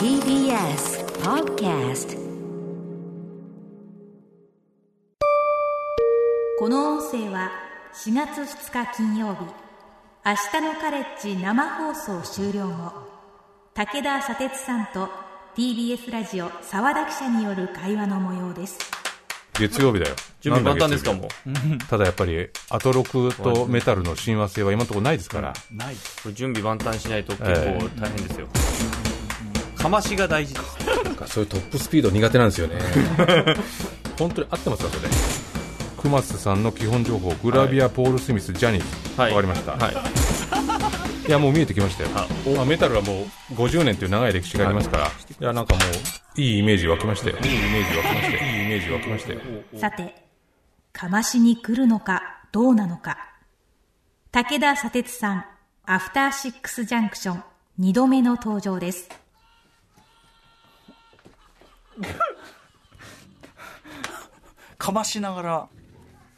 TBS Podcast この音声は4月2日金曜日明日のカレッジ生放送終了後武田砂鉄さんと TBS ラジオ沢田記者による会話の模様です月曜日だよ。準備なん万だ端ですかもう。月こ曜日ただやっぱり、アトロクとメタルの親和性は今のところないですから。ないれ準備万端しないと結構ええ大変ですよ。かましが大事です。そういうトップスピード苦手なんですよね。 本当に合ってますか、それ。熊瀬さんの基本情報、グラビア、ポール・スミス、ジャニーズ。わ、はいかりました。はい。 いや、もう見えてきましたよ。あまあ、メタルはもう50年という長い歴史がありますから、い、や、なんかもう、いいイメージ湧きましたよ。いいイメージ湧きましたよ。いいイメージ湧きましたよ。さてかましに来るのかどうなのか武田砂鉄さんアフターシックスジャンクション2度目の登場ですかましながら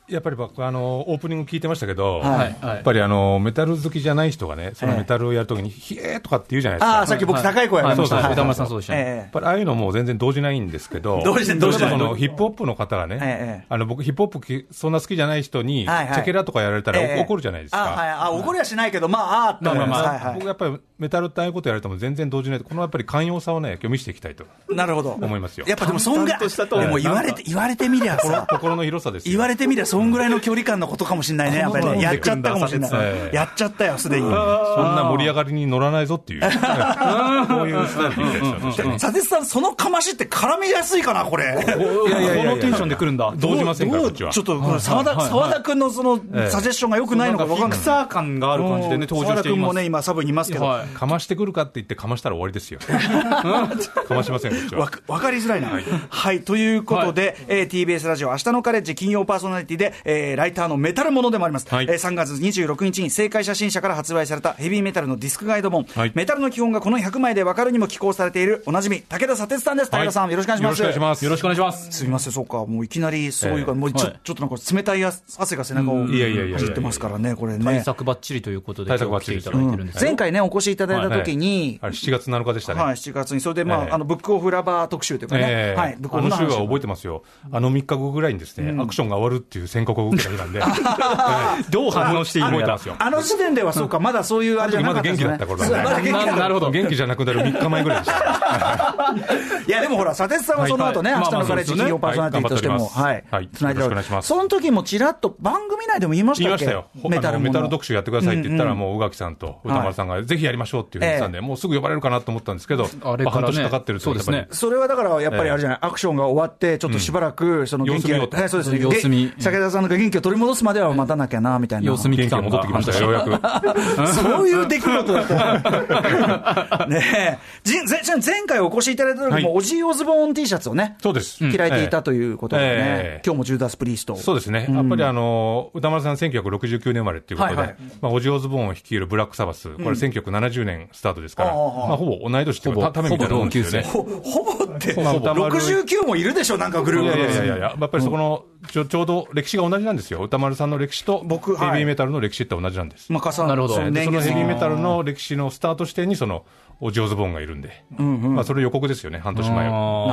やっぱりばあのオープニング聞いてましたけど、はいやっぱりあのメタル好きじゃない人がね、そのメタルをやるときに、ひえーとかって言うじゃないですか、ああさっき僕高い声やりましたはいはそうそうい歌丸さんそうでしたねえやっぱりああいうのも全然動じないんですけど、 動じない動じないそのヒップホップの方がね、ええあの僕、ヒップホップきそんな好きじゃない人に、はいはいチェケラとかやられたえら、えええ怒るじゃないですか。あはいあ怒りはしないけどまああーってまあまあまあ、はいはい僕やっぱりメタルってああいうことやられても全然動じない、このやっぱり寛容さをね、今日見せていきたいと、なるほど。思いますよやっぱでも、そんぐら淡い、々としたとでも言われて、言われてみりゃさ、心の広さですよ。言われてみりゃ、そんぐらいの距離感のことかもしれないね、やっぱりね。やっちゃったかもしれなええい。やっちゃったよ、すでに。そんな盛り上がりに乗らないぞ っていう、こういうスタイルでいきたいですよ私は佐哲さん、そのかましって絡みやすいかな、これ。いやいやいやいやこのテンションで来るんだ動じませんから、こっちは。ちょっと、この沢田、沢田君のその、ええサジェッションが良くないのか分かんない。フィクサー感がある感じでね登場沢田してい君まもすね、今、サブにいますけど、わはいかましてくるかって言ってかましたら終わり ですよ。かましません、こっちは。わかりづらいな。はい、ということで、えー TBS ラジオ、明日のカレッジ金曜パーソナリティで、えーライターのメタルものでもあります。はいえー3月26日に正解写真社から発売されたヘビーメタルのディスクガイド本、はいメタルの基本がこの100枚でわかるにも寄稿されている、おなじみ、武田砂鉄さんです。武田さん、よろしくお願いします。よろしくお願いします。よろしくお願いしますすみません、そうか、もういきなりそういうか、ええもうちょ,、はいちょっとなんか冷たい汗が背中をいやいやいやいやじってますからね、これね。対策ばっちりということで対策今バッ日来チてリですいたよだいてるんです前回ね、お越しいただいた時に、あれ7月7日でしたね。はい、7月に、それで、まあええあのブックオフラバー特集というかね、ええはい、ブックあオフのの週は話覚えてますよ、あの3日後ぐらいにですね、アクションが終わるっていう宣告を受けた日 なんで、どう反応していい覚のえてまかすよ、あの時点ではそうか、まだそういうあれじゃなかったですね。まだ元気だった頃だねそうまだ元気だったなるほど元気じゃなくなる3日前ぐらいでした、いや、でもほら、砂鉄さんはその後ね、はい明は日いのカレッジ企業パーソナリティとしても、ははいいはい、つないでよろしくお願いしますその時もちらっと番組内でも言いまし言いたっましけたよ、ほ メタあルのものメタル特集やってくださいって言ったら、もう宇垣さんと歌丸さんが、ぜひやりましょうっていうふうに言ってたんで、もうすぐ呼ばれるかなと思ったんですけど、あれまから半ね年かかってるってことそうですねそれはだから、やっぱりあれじゃない、アクションが終わって、ちょっとしばらく、その元気様子見ようとはいそうですね。様子見げ武田さんの元気を取り戻すまでは待たなきゃな、みたいな。様子見元期気が間戻ってきましたよ、ようやく。 そういう出来事だ った。ねえ。じん前前回お越しいただいたは時いも、オジーオズボーン T シャツをね、そうです嫌いていええたということでええね、今日もジューダス・プリーストを。そうですね、やっぱりあの歌丸さん、1969年生まれっていうことで、はいはいまあ、オジオズボーンを率いるブラックサバス、これ、1970年スタートですから、ああああまあ、ほぼ同い年っていうか、たためみたいなもんですよね。ほほぼって、まあ歌丸69もいるでしょ、なんかグルーいプやいでやいやいや、やっぱりそこの、ちょちょうど歴史が同じなんですよ、歌丸さんの歴史と、僕ヘビはいーメタルの歴史って同じなんです。まあ、重ななるほどそので年その月ヘビーメタル。ルの歴史のスタート地点に、その、オジオズボーンがいるんで、まあ、それ予告ですよね、半年前は。なる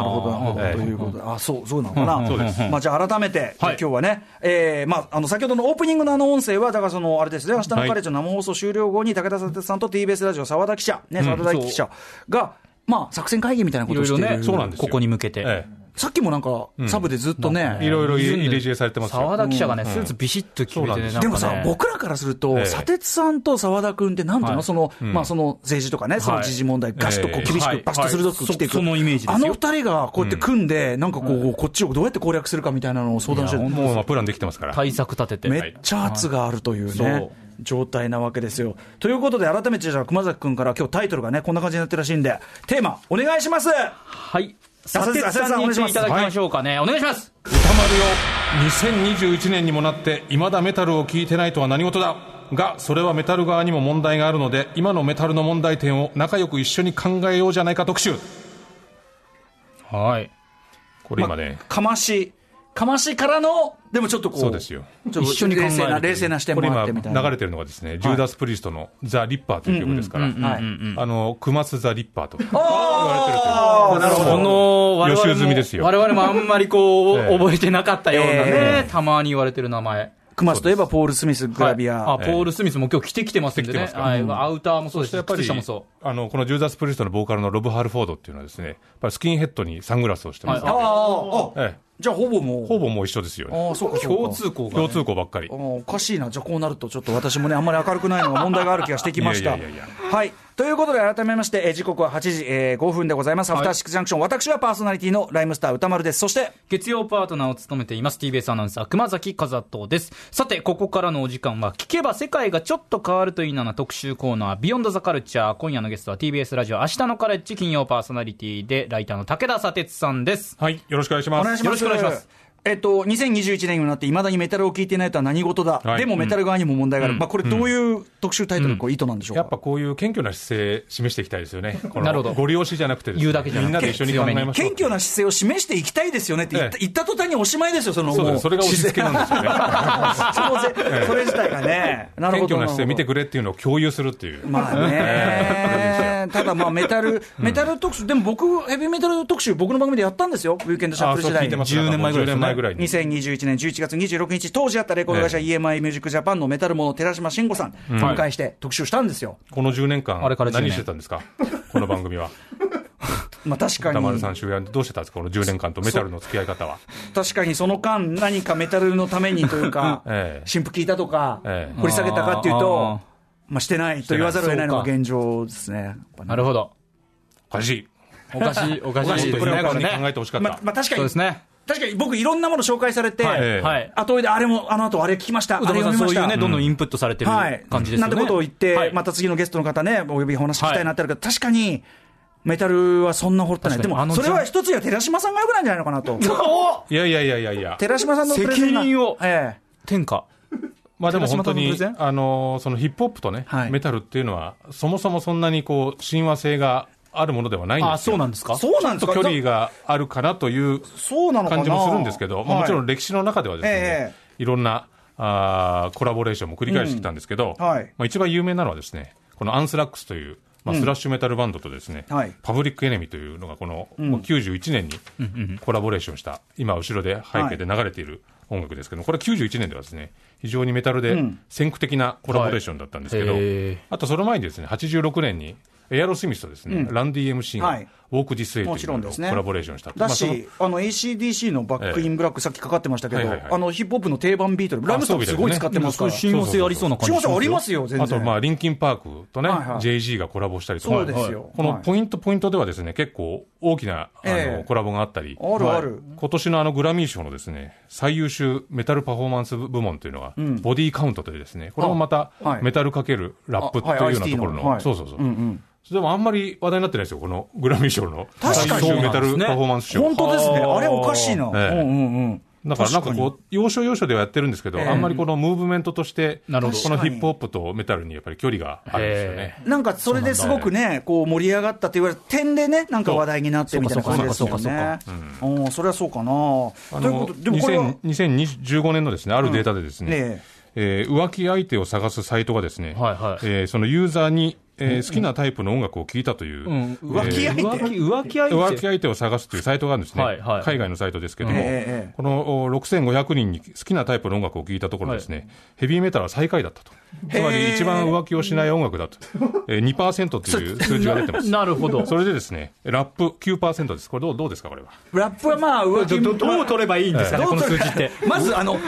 ほど、なるほど、ええということで、あ、そう、そうなのかな。そうですまあ、じゃあ改めて、はい今日はね、えーまあ、あの、先ほどのオープニングのあの音声は、だからその、あれですね、明日のはいカレッジの生放送終了後に、武田さてさんと TBS ラジオ、沢田記者、ね、沢田大樹記者が、まあ、作戦会議みたいなこいとろをいしろていねる。そうなんですよここに向けて、えさっきもなんか、サブでずっとね、えいろいろ入れ知恵されてます澤よ。田記者がね、スーツビシッと決めそうなんてね、ですなんかねでもさ、僕らからすると、ええ砂鉄さんと澤田君って、なんていうはの、いその、まあ、その政治とかね、その時事問題、ガシッとこえうえ厳しはくい、バシッと鋭く来ていく。はいそそのイメージですよあの二人がこうやって組んで、なんかこう、こっちをどうやって攻略するかみたいなのを相談してる。もう、まあ、プランできてますから。対策立てて、めっちゃ圧があるというね、はい状態なわけですよ。ということで、改めてじゃあ、熊崎君から今日タイトルがね、こんな感じになってるらしいんで、テーマ、お願いしますはい、佐哲さんにお願い言っしてまいすただきましょうかね、お願いします。歌丸よ2021年にもなっていまだメタルを聴いてないとは何事だがそれはメタル側にも問題があるので今のメタルの問題点を仲良く一緒に考えようじゃないか特集はいこれ今ね、かまし、かましからの、でもちょっとこう、そうですよちょっと一緒に考え冷る静な、冷静な視点これも今あってみたいな。流れてるのがですね、ジューダス・プリストのザ・リッパーという曲ですから、はいあの、熊須ザ・リッパーと。ああ、なるほこど。の、我予習々済みもですよ我々もあんまりこう、ええ 覚えてなかったようなねえ、たまに言われてる名前。熊須といえばポール・スミス、グラビア。はいあ、ポール・スミスも今日着てきてますん着てきでてまねす。からはい。アウターもそうでそしすてやし、っぱ靴り下もそあのこのジューダス・プリストのボーカルのロブ・ハルフォードっていうのはですねやっぱりスキンヘッドにサングラスをしてます、はいああ、あええ、じゃあほぼもう。ほぼもう一緒ですよねああ、そうか、う。そうか。共通項がね。共通項ばっかりあーおかしいな、じゃあこうなると、ちょっと私もね、あんまり明るくないのが問題がある気がしてきました。いやいやいやいはいということで、改めまして、えー時刻は8時、えー5分でございます、アフターシックスジャンクション、私はパーソナリティのライムスター歌丸です、そして、月曜パートナーを務めています TBS アナウンサー熊崎和人ですさてここからのお時間は聞けば世界がちょっと変わるといいなな特集コーナー「ビヨンドザカルチャー今夜のゲストは TBS ラジオ明日のカレッジ金曜パーソナリティでライターの武田砂鉄さんですはいよろしくお願いしますお願いします。よろしくお願いしますえっと、2021年になって、いまだにメタルを聞いていないとは何事だ、はいでもメタル側にも問題がある、まあ、これ、どういう特集タイトル、こう意図なんでしょうか。やっぱこういう謙虚な姿勢示していきたいです よねこのなるほどご利用しじゃなくてですね言うだけじゃなくてみんなで一緒に考えましょう謙虚な姿勢を示していきたいですよねって言った,、ええ言った途端におしまいですよ、そのそうもですそれが押し付けなんですよね 姿勢それそれ自体がね、なる謙ほど虚な姿勢見てくれっていうのを共有するっていう、まあね、ただまあメタル、メタル特集、でも僕、ヘビーメタル特集、僕の番組でやったんですよ、ウィーケンドシャッあフルそう時聞代いてにま。すから10年前ぐらいです10ね年前ぐらいに2021年11月26日、当時あったレコード会社ええ EMI ミュージックジャパンのメタルモの寺島慎吾さん、はい紹介して特集したんですよ。この10年間あれから10年何してたんですかこの番組はまあ確か歌丸にさん、主演どうしてたんですかこの10年間とメタルの付き合い方は、確かにその間、何かメタルのためにというか ええ新譜聞いたとかえ、え掘り下げたかっていうあとー、まあしてないと言わざるを得ないのが現状ですね。やっぱねなるほど おかしいおかしいおかしいですねこれをこ考れねえてほしかった、まあまあ確かそうにですね確かに僕いろんなもの紹介されて、はい、ええはい後追いであれもあの後あれ聞きました、あ宇多れ田さ読みんそまうしいうた。ねどんどんインプットされてるはい、感じですよね、なんてことを言って、はいまた次のゲストの方ね、お呼びお話聞きたいなってあるけど、確かに、メタルはそんな掘ってない、確かでにあものそれは一つには寺島さんがよくないんじゃないのかなと、いやいやいやいやいや寺島さんのプレゼンが責任をえ天下まあでも本当寺島にさんの偶、然あのそのヒップホップとね、はいメタルっていうのは、そもそもそんなにこう、親和性があるものではないんですよ。あそうなんですえかそうなんちですょっとか、距離があるかなというそうなのかな感じもするんですけど、まあもちろんはい歴史の中ではですねえ、いろんなあーコラボレーションも繰り返してきたんですけど、うんはいまあ、一番有名なのはですね、このアンスラックスという、まあ、スラッシュメタルバンドとですね、はいパブリックエネミーというのが、この、もう91年にコラボレーションした、今、後ろで背景で流れている音楽ですけども、これ91年ではですね、非常にメタルで先駆的なコラボレーションだったんですけど、はいへーあとその前にですね、86年に、エアロスミスとですね、ランディ MC はがい、ウォーク・ディス・ウェイともいちうバろんンドでをコすねラボレーションした。だまあそのし、あの ACDC のバックインブラック、さっきかかってましたけど、はいはいはいあのヒップホップの定番ビートで、ラムスターもすごい使ってますから、そういう親和性ありそうな感じ島しさんありますよよ、全然。あと、まあ、リンキンパークとね、はいはい JG がコラボしたりとか、そうですよ。このはいポイント、ポイントではですね、結構大きなあの、ええコラボがあったり、あるある。今年のあのグラミー賞のですね、最優秀メタルパフォーマンス部門というのが、ボディカウントというですね、これもまたあはいメタルかけるラップあとはいいうようなところ ICT のはの、いそうそうそう。でもあんまり話題になってないですよ、このグラミー賞の確か最に優秀メタルパフォーマンス賞。本当ですね、はああれおかしいな。ええうんうんうんだからなんかこう、要所要所ではやってるんですけど、ええあんまりこのムーブメントとして、こなるのほどヒップホップとメタルにやっぱり距離があるんですよね。なんかそれですごくね、こう盛り上がったって言われた点でね、なんか話題になってみたいな感じですよそうかね。うん、それはそうかあな。というのことで、でもこれは2000、2015年のですね、あるデータでですね、うんねえー浮気相手を探すサイトがですね、はいはいえーそのユーザーに、えー好きなタイプの音楽を聴いたという、うん浮気相手浮気浮気相手浮気相手を探すというサイトがあるんですね、はいはい海外のサイトですけども、ええええこのお6500人に好きなタイプの音楽を聴いたところですね、ヘビーメタルは最下位だったと。つまり一番浮気をしない音楽だと。えー、2%という数字が出てます。なるほどそれでですね、ラップ9%です。これどうどうですか、これは。ラップはまあ浮気どどう取ればいいんですかね、どこうの取数る字って。まずあの調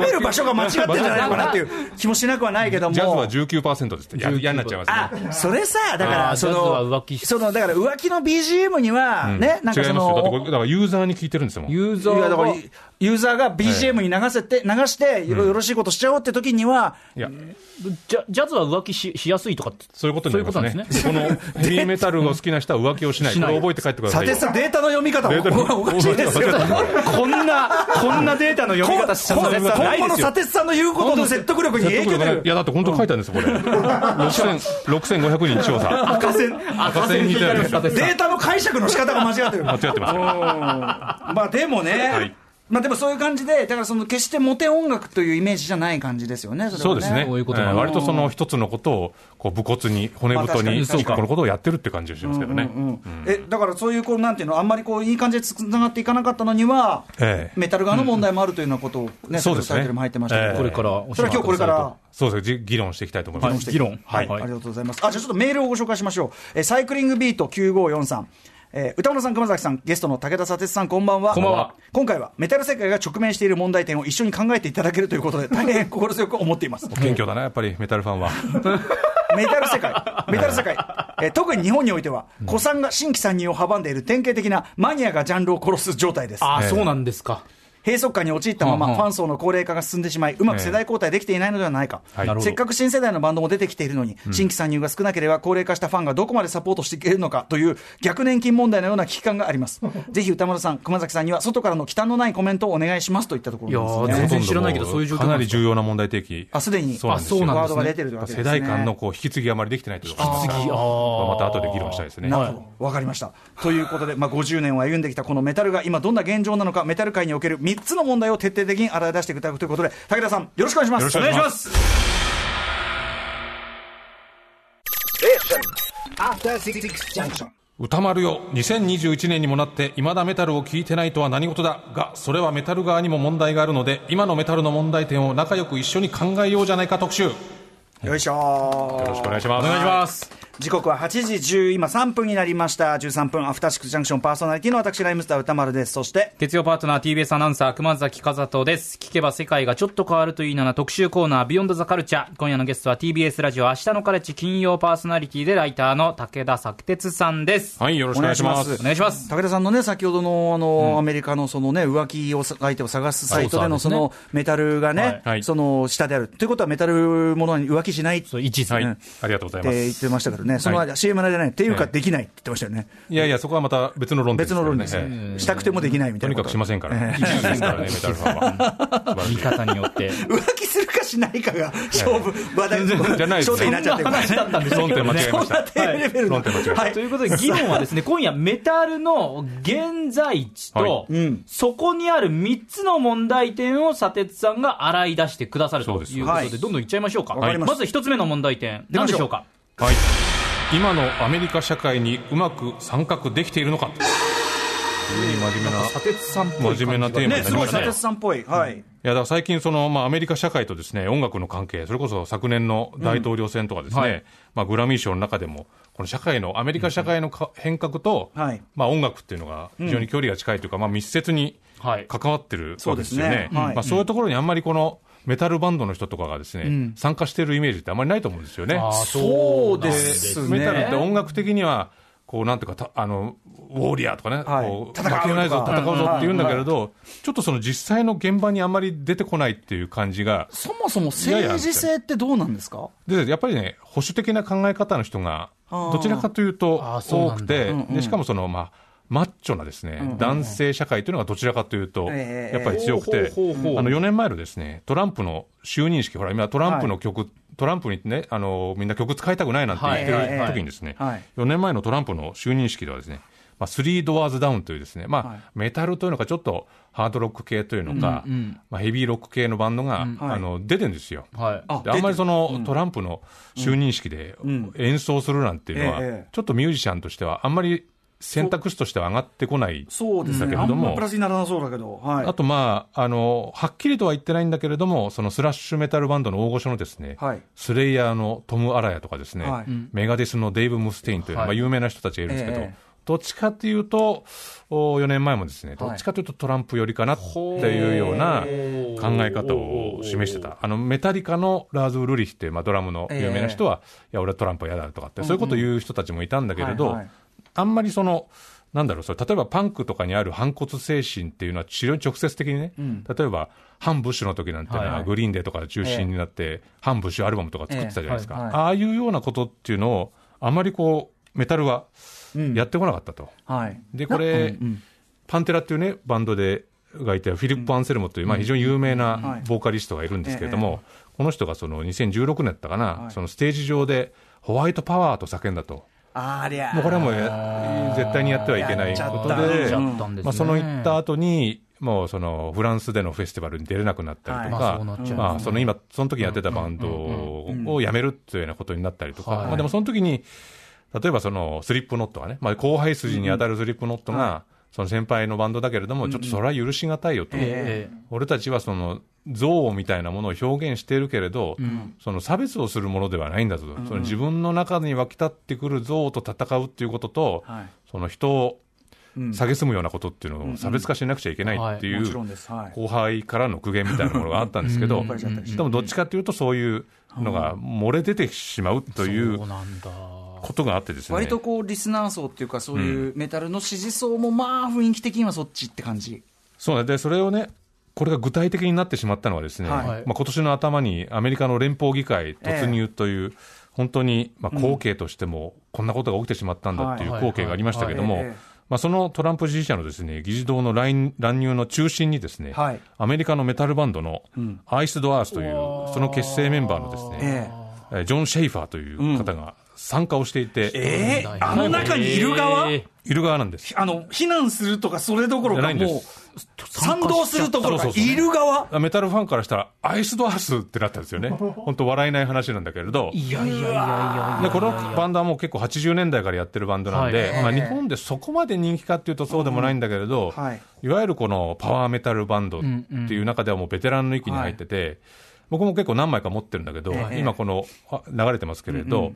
べる場所が間違ってんじゃないのかなっていう気もしなくはないけども。ジャズは19%ですって。や嫌になっちゃいますね。あそれさ、だかあーらそジャズはの浮気しそのだから浮気の BGM にはね、なんか違いそますよ。だってこれ、の。だからユーザーに聞いてるんですもん。ユーいザーやだからがユーザーが BGM に流せて、流して、よろしいことしちゃおうって時には、いや、ジャジャズは浮気ししやすいとかってそういうことになりますね。そういうここのヘビーメタルが好きな人は浮気をしない。しないこれ覚えて帰ってくだささいてよ。さ、データの読み方データはのおかしいですよ。こん な、こんなデータの読み方した今ことない後でのすよ砂。鉄さんの言うことの説得力に影響出るい。や、だって本当書いたんですよ、これ。6000 6500人調査。赤線赤線に引いてあるんですよ。データの解釈の仕方が間違ってる。間間違ってますから。まあでもね、まあでもそういう感じで、だからその決してモテ音楽というイメージじゃない感じですよね、それはそうですね、そういうことだえー割とその一つのことをこう武骨に、骨まあ確太かにに、そう一か個のことをやってるって感じがしますけどね。うんうんえだからそういうこうなんていうのあんまりこういい感じでつながっていかなかったのには、ええメタル側の問題もあるというようなことをね、そうですねタイトルも入ってましたけど、ええこれからお知それらはせ今日これからそうですね、じ議論していきたいと思います。はい議論はい、はいありがとうございます。あ、じゃあちょっとメールをご紹介しましょう。えーサイクリングビート9543。えー歌丸さん、熊崎さん、ゲストの武田砂鉄さん、こんばんは。こんばんは今回はメタル世界が直面している問題点を一緒に考えていただけるということ で、大変心強く思っています。謙虚だな、やっぱりメタルファンは。メタル 世界、メタル世界、えー特に日本においては、古参が新規参入を阻んでいる典型的なマニアがジャンルを殺す状態です。ああ、ええそうなんですか。閉塞感に陥ったまはま、あフはあァン層の高齢化が進んでしまい、うまく世代交代できていないのではないか、はいなるほどせっかく新世代のバンドも出てきているのに、新規参入が少なければ、高齢化したファンがどこまでサポートしていけるのかという逆年金問題のような危機感があり ます、ぜひ歌丸さん、熊崎さんには、外からの忌憚のないコメントをお願いしますといったところなんいですやーね。全然知らないけどそういう状況かななんでりすか重要な問題提起。あすでにそうなんですあよそうなんワーでドすねが出てるわけです世ね。代間のこう引き継ぎあまりできてないというところがあり次、ますあねーまた後で議論したいですね。なはるいほど、わかりました。ということで、まあ、50年を歩んできたこのメタルが今、どんな現状なのか、メタル界における3つの問題を徹底的に洗い出していただくということで、武田さん、よろしくお願いします。。よろしくお願いします歌丸よ2021年にもなっていまだメタルを聴いてないとは何事だがそれはメタル側にも問題があるので今のメタルの問題点を仲良く一緒に考えようじゃないか特集よよいしょろしくお願いしまおす願いします。時刻は8時10今3分になりました13分アフターシックスジャンクションパーソナリティの私ライムスター歌丸ですそして月曜パートナー TBS アナウンサー熊崎和人です。聞けば世界がちょっと変わるといいなな特集コーナービヨンドザカルチャー。今夜のゲストは TBS ラジオ明日のカレッジ金曜パーソナリティでライターの武田作哲さんです。はいよろしくお願いしますお願いします。武田さんのね先ほどのあの、アメリカのそのね浮気を相手を探すサイトでのそそうそうのメタルがね、はいその下であるということはメタルものに浮気しないってそう、一時はい、うんありがとうございま言すってましたけどねその間、CM の間ねっていうかできないって言ってましたよね、いやいやそこはまた別の論点別の論理ですええねしたくてもできないみとたいになかこくとしませんから一時です からねメタルファンは素晴見らしい方によって。浮気するかしないかが勝負、話題全然じゃないです焦点になっちゃってるからねだったんです論点間違えました低レベルの論点間違えましたはいということで、議論はですね、今夜、メタルの現在地と、そこにある3つの問題点を砂鉄さんが洗い出してくださるというそこうとでで、すはいどんどんいっちゃいましょうか。わかりましたまず1つ目の問題点、ま何しでょうしょうか。はい今のアメリカ社会にうまく参画できているのか急に真面目な砂鉄さんっぽい感じ真が面目なテーマねすごいね佐哲さんっぽい、はい、いやだから最近その、まあ、アメリカ社会とです、ね、音楽の関係、それこそ昨年の大統領選とかですね、はいまあ、グラミー賞の中でも、この社会の、アメリカ社会のか変革と、はいまあ、音楽っていうのが非常に距離が近いというか、まあ、密接にはい関わってるそわうけでですすねよね。はいまあ、そういうところにあんまりこのメタルバンドの人とかがですね、参加してるイメージってあんまりないと思うんですよね。そうでですメタルねって音楽的には、こうなんていうかた、あのウォーリアーとかね、はいこう戦うとか負けないぞ、戦うぞって言うんだけれど、ちょっとその実際の現場にあんまり出てこないっていう感じが、そもそも政治性ってどうなんですかでやっぱりね、保守的な考え方の人が、あーどちらかというとあーそう多なんくだて、でしかもその、まあ、マッチョなですね、男性社会というのがどちらかというと、ええやっぱり強くて、ほうほうほうほうあの4年前のですねトランプの就任式、ほら、今、トランプの曲、トランプにねあの、みんな曲使いたくないなんて言ってはいはいるはい時にですね、はい4年前のトランプの就任式ではですね、まあ、スリードアーズダウンというですね、まあはいメタルというのか、ちょっとハードロック系というのか、まあ、ヘビーロック系のバンドが、あの出てるんですよ。はい。あであんまりそのトランプの就任式で演奏するなんていうのは、ええちょっとミュージシャンとしては、あんまり選択肢としては上がってこない、そうですねだけあれんどもまプラスにならなそうだけど、はい、あと、まああの、はっきりとは言ってないんだけれども、そのスラッシュメタルバンドの大御所のですね、はいスレイヤーのトム・アラヤとかですね、はいうんメガディスのデイブ・ムステインという、はいまあ、有名な人たちがいるんですけど、ええどっちかというと、お4年前もですね、どっちかというとトランプ寄りかなっていうような考え方を示してた、あのメタリカのラーズ・ウルリヒって、まあ、ドラムの有名な人は、いや、俺はトランプは嫌だとかって、そういうことを言う人たちもいたんだけれど、はいはいあんまりその、なんだろう、それ、例えばパンクとかにある反骨精神っていうのは、治療に直接的にね、例えば、反ブッシュの時なんてのはいはいは、グリーンデーとかで中心になって、反ブッシュアルバムとか作ってたじゃないですか、ええはいああいうようなことっていうのを、あまりこう、メタルはやってこなかったと。はい、で、これ、パンテラっていうね、バンドで、がいてフィリップ・アンセルモという、まあ、非常に有名はないボーカリストがいるんですけれども、この人がその2016年だったかな、そのステージ上でホワイトパワーと叫んだと、ありゃもうこれはもうや絶対にやってはいけないこやっちゃったとやっちで、ゃったんですねまあ、その行った後に、もうそのフランスでのフェスティバルに出れなくなったりとはいまあそうなっちかゃいますね、まあその今、その時やってたバンドをやめるというようなことになったりとか、まあでもその時に、例えばそのスリップノットがね、まあ、後輩筋に当たるスリップノットが、その先輩のバンドだけれども、ちょっとそれは許しがたいよと、え俺たちはその憎悪みたいなものを表現しているけれど、その差別をするものではないんだぞ、その自分の中に湧き立ってくる憎悪と戦うっていうことと、はいその人をうん蔑むようなことっていうのを差別化しなくちゃいけないっていもちろんうです、はい、後輩からの苦言みたいなものがあったんですけど、うんうんうんでもどっちかっていうと、そういうのが漏れ出てしまうといそううなんだことがあってですね。割とこうリスナー層っていうかそういうメタルの支持層もまあ雰囲気的にはそっちって感じ、そうね、でそれをね、これが具体的になってしまったのは、ですね、はいまあ今年の頭にアメリカの連邦議会突入という、本当にまあ光景としても、こんなことが起きてしまったんだっていうはい光景がありましたけどはいもはいはいえ、まあそのトランプ支持者のですね議事堂の乱乱入の中心に、ですね、はいアメリカのメタルバンドのアイス・ド・アースという、その結成メンバーのですね、ええージョン・シェイファーという方が参加をしていて、えええあの中にいる側、えいる側なんです。あの避難するとかそれどころじゃかないんですもう賛同するところかそうそうそういる側メタルファンからしたら、アイスドアースってなったんですよね。本当笑えない話なんだけれど。いやいやいやいやいでやこのバンドはもう結構80年代からやってるバンドなんで、はいまあ、日本でそこまで人気かっていうとそうでもないんだけれど、うんはいい、わゆるこのパワーメタルバンドっていう中ではもうベテランの域に入ってて、僕も結構何枚か持ってるんだけど、ええ今このあ流れてますけれど、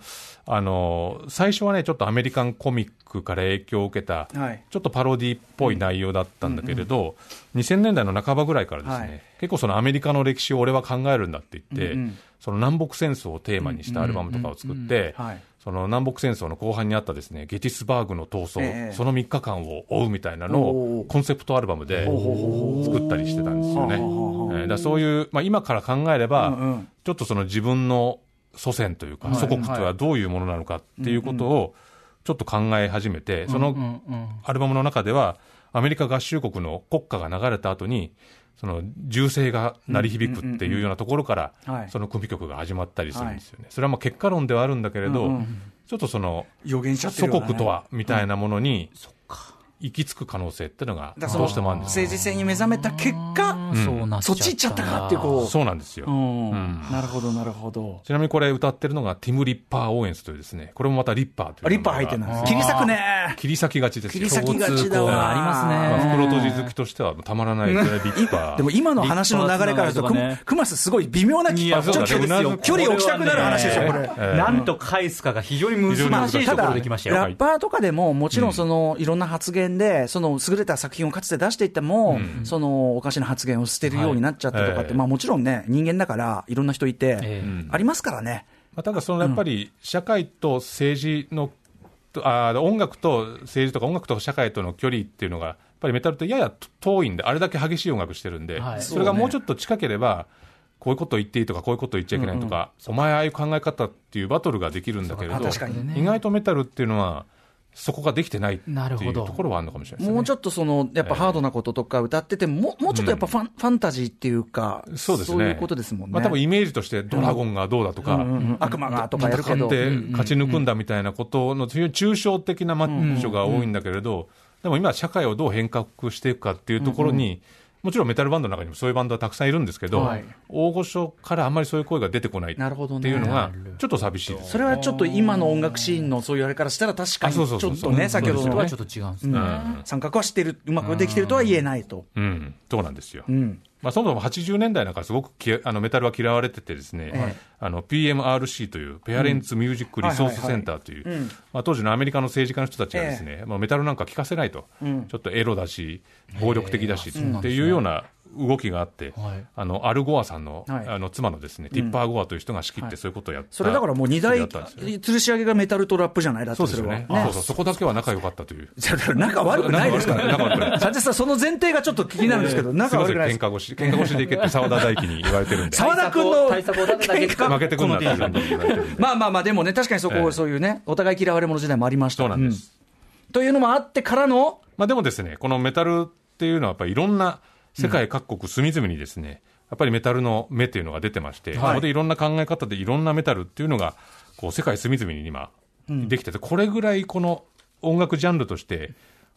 あの最初はねちょっとアメリカンコミックから影響を受けた、はいちょっとパロディっぽい内容だったんだけれど、2000年代の半ばぐらいからですね、はい結構そのアメリカの歴史を俺は考えるんだって言って、うんうんその南北戦争をテーマにしたアルバムとかを作ってうんうんうんはい、その南北戦争の後半にあったですねゲティスバーグの闘争、ええその3日間を追うみたいなのおをーコンセプトアルバムで作ったりしてたんですよね。えはあはあはあーだからそういう、まあ、今から考えれば、うんうんちょっとその自分の祖先というか、はい祖国とはどういうものなのかっていうことをちょっと考え始めて、そのうんうんアルバムの中では、アメリカ合衆国の国歌が流れた後に、その銃声が鳴り響くっていうようなところからうんうんうん、その組曲が始まったりするんですよね。それはまあ結果論ではあるんだけれうどんうん、ちょっとその予言しちゃって祖るようなね国とはみたいなものに行き着く可能性っていうのがだからそどのうしてもあるんですよ政治性に目覚めた結果、そうなっちゃそったっち行っちゃったかっていうこそうなんですよう、う。んんなるほどなるほどちなみにこれ歌ってるのがティム・リッパー・オーエンスというですね、これもまたリッパーという。あリッパー入ってるんです切り裂くね切り裂きがちですよ切り裂きがちだわありますねまあ袋閉じ好きとしてはたまらないですね、リッパー。でも今の話の流れからすると、立派なクマスすごい微妙なきい状やそうだね況でうなすずよ。く距離を置きたくなる話でしょ、これ。ええなんと返すかが非常に難しいところできましたよラッパーとかでも、もちろんそのいろんな発言で、その優れた作品をかつて出していっても、そのおかしな発言を捨てるようになっちゃったとかっはて、いまあもちろんね、人間だから、いろんな人いてええ、ありますからね。まあ、ただ、そのやっぱり社会と政治の、とあー音楽と政治とか音楽と社会との距離っていうのが、やっぱりメタルってやや遠いんで、あれだけ激しい音楽してるんで、はいそれがもうちょっと近ければ、こういうこと言っていいとか、こういうこと言っちゃいけないとか、お前、ああいう考え方っていうバトルができるんだけれど、そうか確かに意外とメタルっていうのは、そこができてないっていなるうほどところはあるのかもしれないですね。もうちょっとその、やっぱハードなこととか歌ってても、もうもうちょっとやっぱファンファンタジーっていうか、そうですね。いうことですもんね。まあ多分イメージとしてドラゴンがどうだとか、うん悪魔がとかやるけ戦どっ。て勝ち抜くんだみたいなことの非常に抽象的なマッチョが多いんだけれど、でも今、社会をどう変革していくかっていうところに、もちろんメタルバンドの中にもそういうバンドはたくさんいるんですけどはい、大御所からあんまりそういう声が出てこないっていなるほどねうのが、ちょっと寂しいですそ。れはちょっと今の音楽シーンのそういうあれからしたら確かにあちそうそうそょうっそとうね先ほどとのはねちょっと違うんですうね、ん参画はしてるうまくできてるとは言えないとうん、そうなんですよ。うんまあ、そもそも80年代なんかすごくきあのメタルは嫌われててですね、あの PMRC というペアレンツ・ミュージック・リソース・センターという、まあ、当時のアメリカの政治家の人たちがですね、まあ、メタルなんか聞かせないと、ちょっとエロだし暴力的だし、っていうような動きがあって、はいあのアル・ゴアさんの,、はいあの妻のですねティッパー・ゴアという人が仕切ってそういうことをやった、それだからもう二人だ大ったんですよ吊るし上げがメタルとラップじゃないだそとうですすれよばねそねうそうそこだけは仲良かったというじゃあだから仲悪くないですから仲悪くないねさてさその前提がちょっと気になるんですけどす仲いま悪せんくないで喧すか嘩腰喧嘩腰でいけって 澤田大樹に言われてるんで澤田君の対策を立てた結果負けてくんなっていう感じで言われてるんでまあまあまあでもね確かにそえこえそういうねお互い嫌われ者時代もありましたそうなんです、うんというのもあってからのまあ、でもですね、このメタルっていうのは、やっぱりいろんな世界各国隅々にですね、やっぱりメタルの目っていうのが出てまして、そこでいろんな考え方でいろんなメタルっていうのが、こう世界隅々に今、できてて、これぐらいこの音楽ジャンルとして、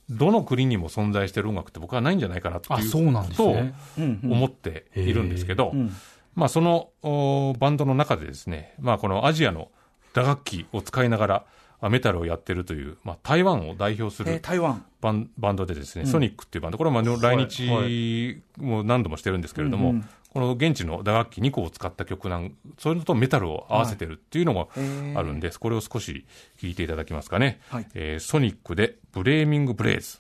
どの国にも存在してる音楽って僕はないんじゃないかなってあいそうなんうこですとをね思っているんですけど、んまあ、そのおバンドの中でですね、まあ、このアジアの打楽器を使いながらあメタルをやってるという、まあ、台湾を代表すえーる台湾バンバンドでですね、ソニックっていうバンド、これはまあ来は日もう何度もしてるんですけれども、うんうんこの現地の打楽器2個を使った曲なん、そういうのとメタルを合わせてるっていうのがあるんです、これを少し聞いていただきますかね。はいえーソニックでブレーミングブレイズ。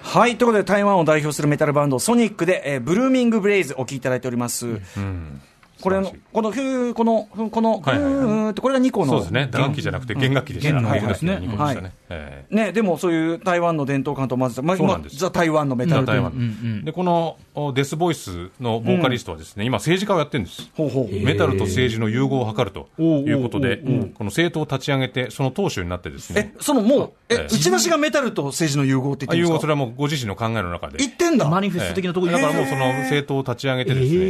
はいということで台湾を代表するメタルバンドソニックで、えーブルーミングブレイズお聴きいただいております、うんこれの素晴らしいこのふーこのふーこのふはいはいはいーってこれが2個のそうですね、打楽器じゃなくて弦楽器でした。弦の弦楽器のはい二個でしたはね。えーね、でもそういう台湾の伝統感と混ぜた、まあ、そうな今んですザ・台湾のメタザルとい台う湾うんうんでこのおデスボイスのボーカリストはですね、今政治家をやってるんです。ほうほうメタルと政治の融合を図るということで、この政党を立ち上げて、その党首になってですえね、そのもうええ、え打ち出しがメタルと政治の融合ってあ言融っ合、そてるんですかれはもうご自身の考えの中で。言ってんだマニフェスト的なところええだからもうその政党を立ち上げてですね、へえ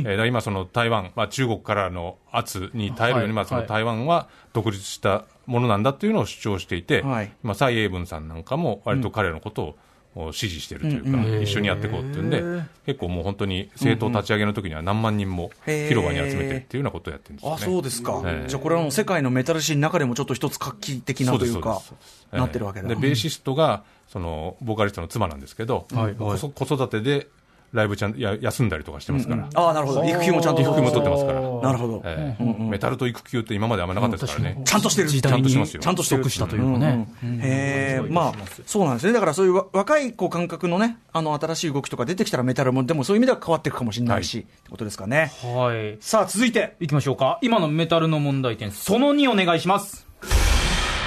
ーーだから今、その台湾、まあ、中国からの圧に耐えるように、はいまあ、そはのい台湾は独立したものなんだというのを主張していて、はいまあ、蔡英文さんなんかも割と彼のことを、お支持してるというか、ん一緒にやっていこうっていうんへでー、結構もう本当に政党立ち上げの時には何万人も広場に集めてっていうようなことをやってるんですよね。あそうですか、ええじゃあこれはもう世界のメタルシーンの中でもちょっと一つ画期的なそうとでいすうかそうですそうですなってるわけだでベーシストがそのボーカリストの妻なんですけど、はいはい子子育てでライブちゃんや休んだりとかしてますから、ああなるほど育休もちゃんと育休も取ってますすから、なるほど、ええメタルと育休って今まであんまなかったですからね、ちゃんとしてる時ちゃ代んにとしてますよちゃんとしてる即したといううんかうんね、へえまあそうなんですねだからそういうわ若いこう感覚のねあの新しい動きとか出てきたらメタルもでもそういう意味では変わっていくかもしれないし、ってことですかねはいさあ続いていきましょうか今のメタルの問題点その2お願いします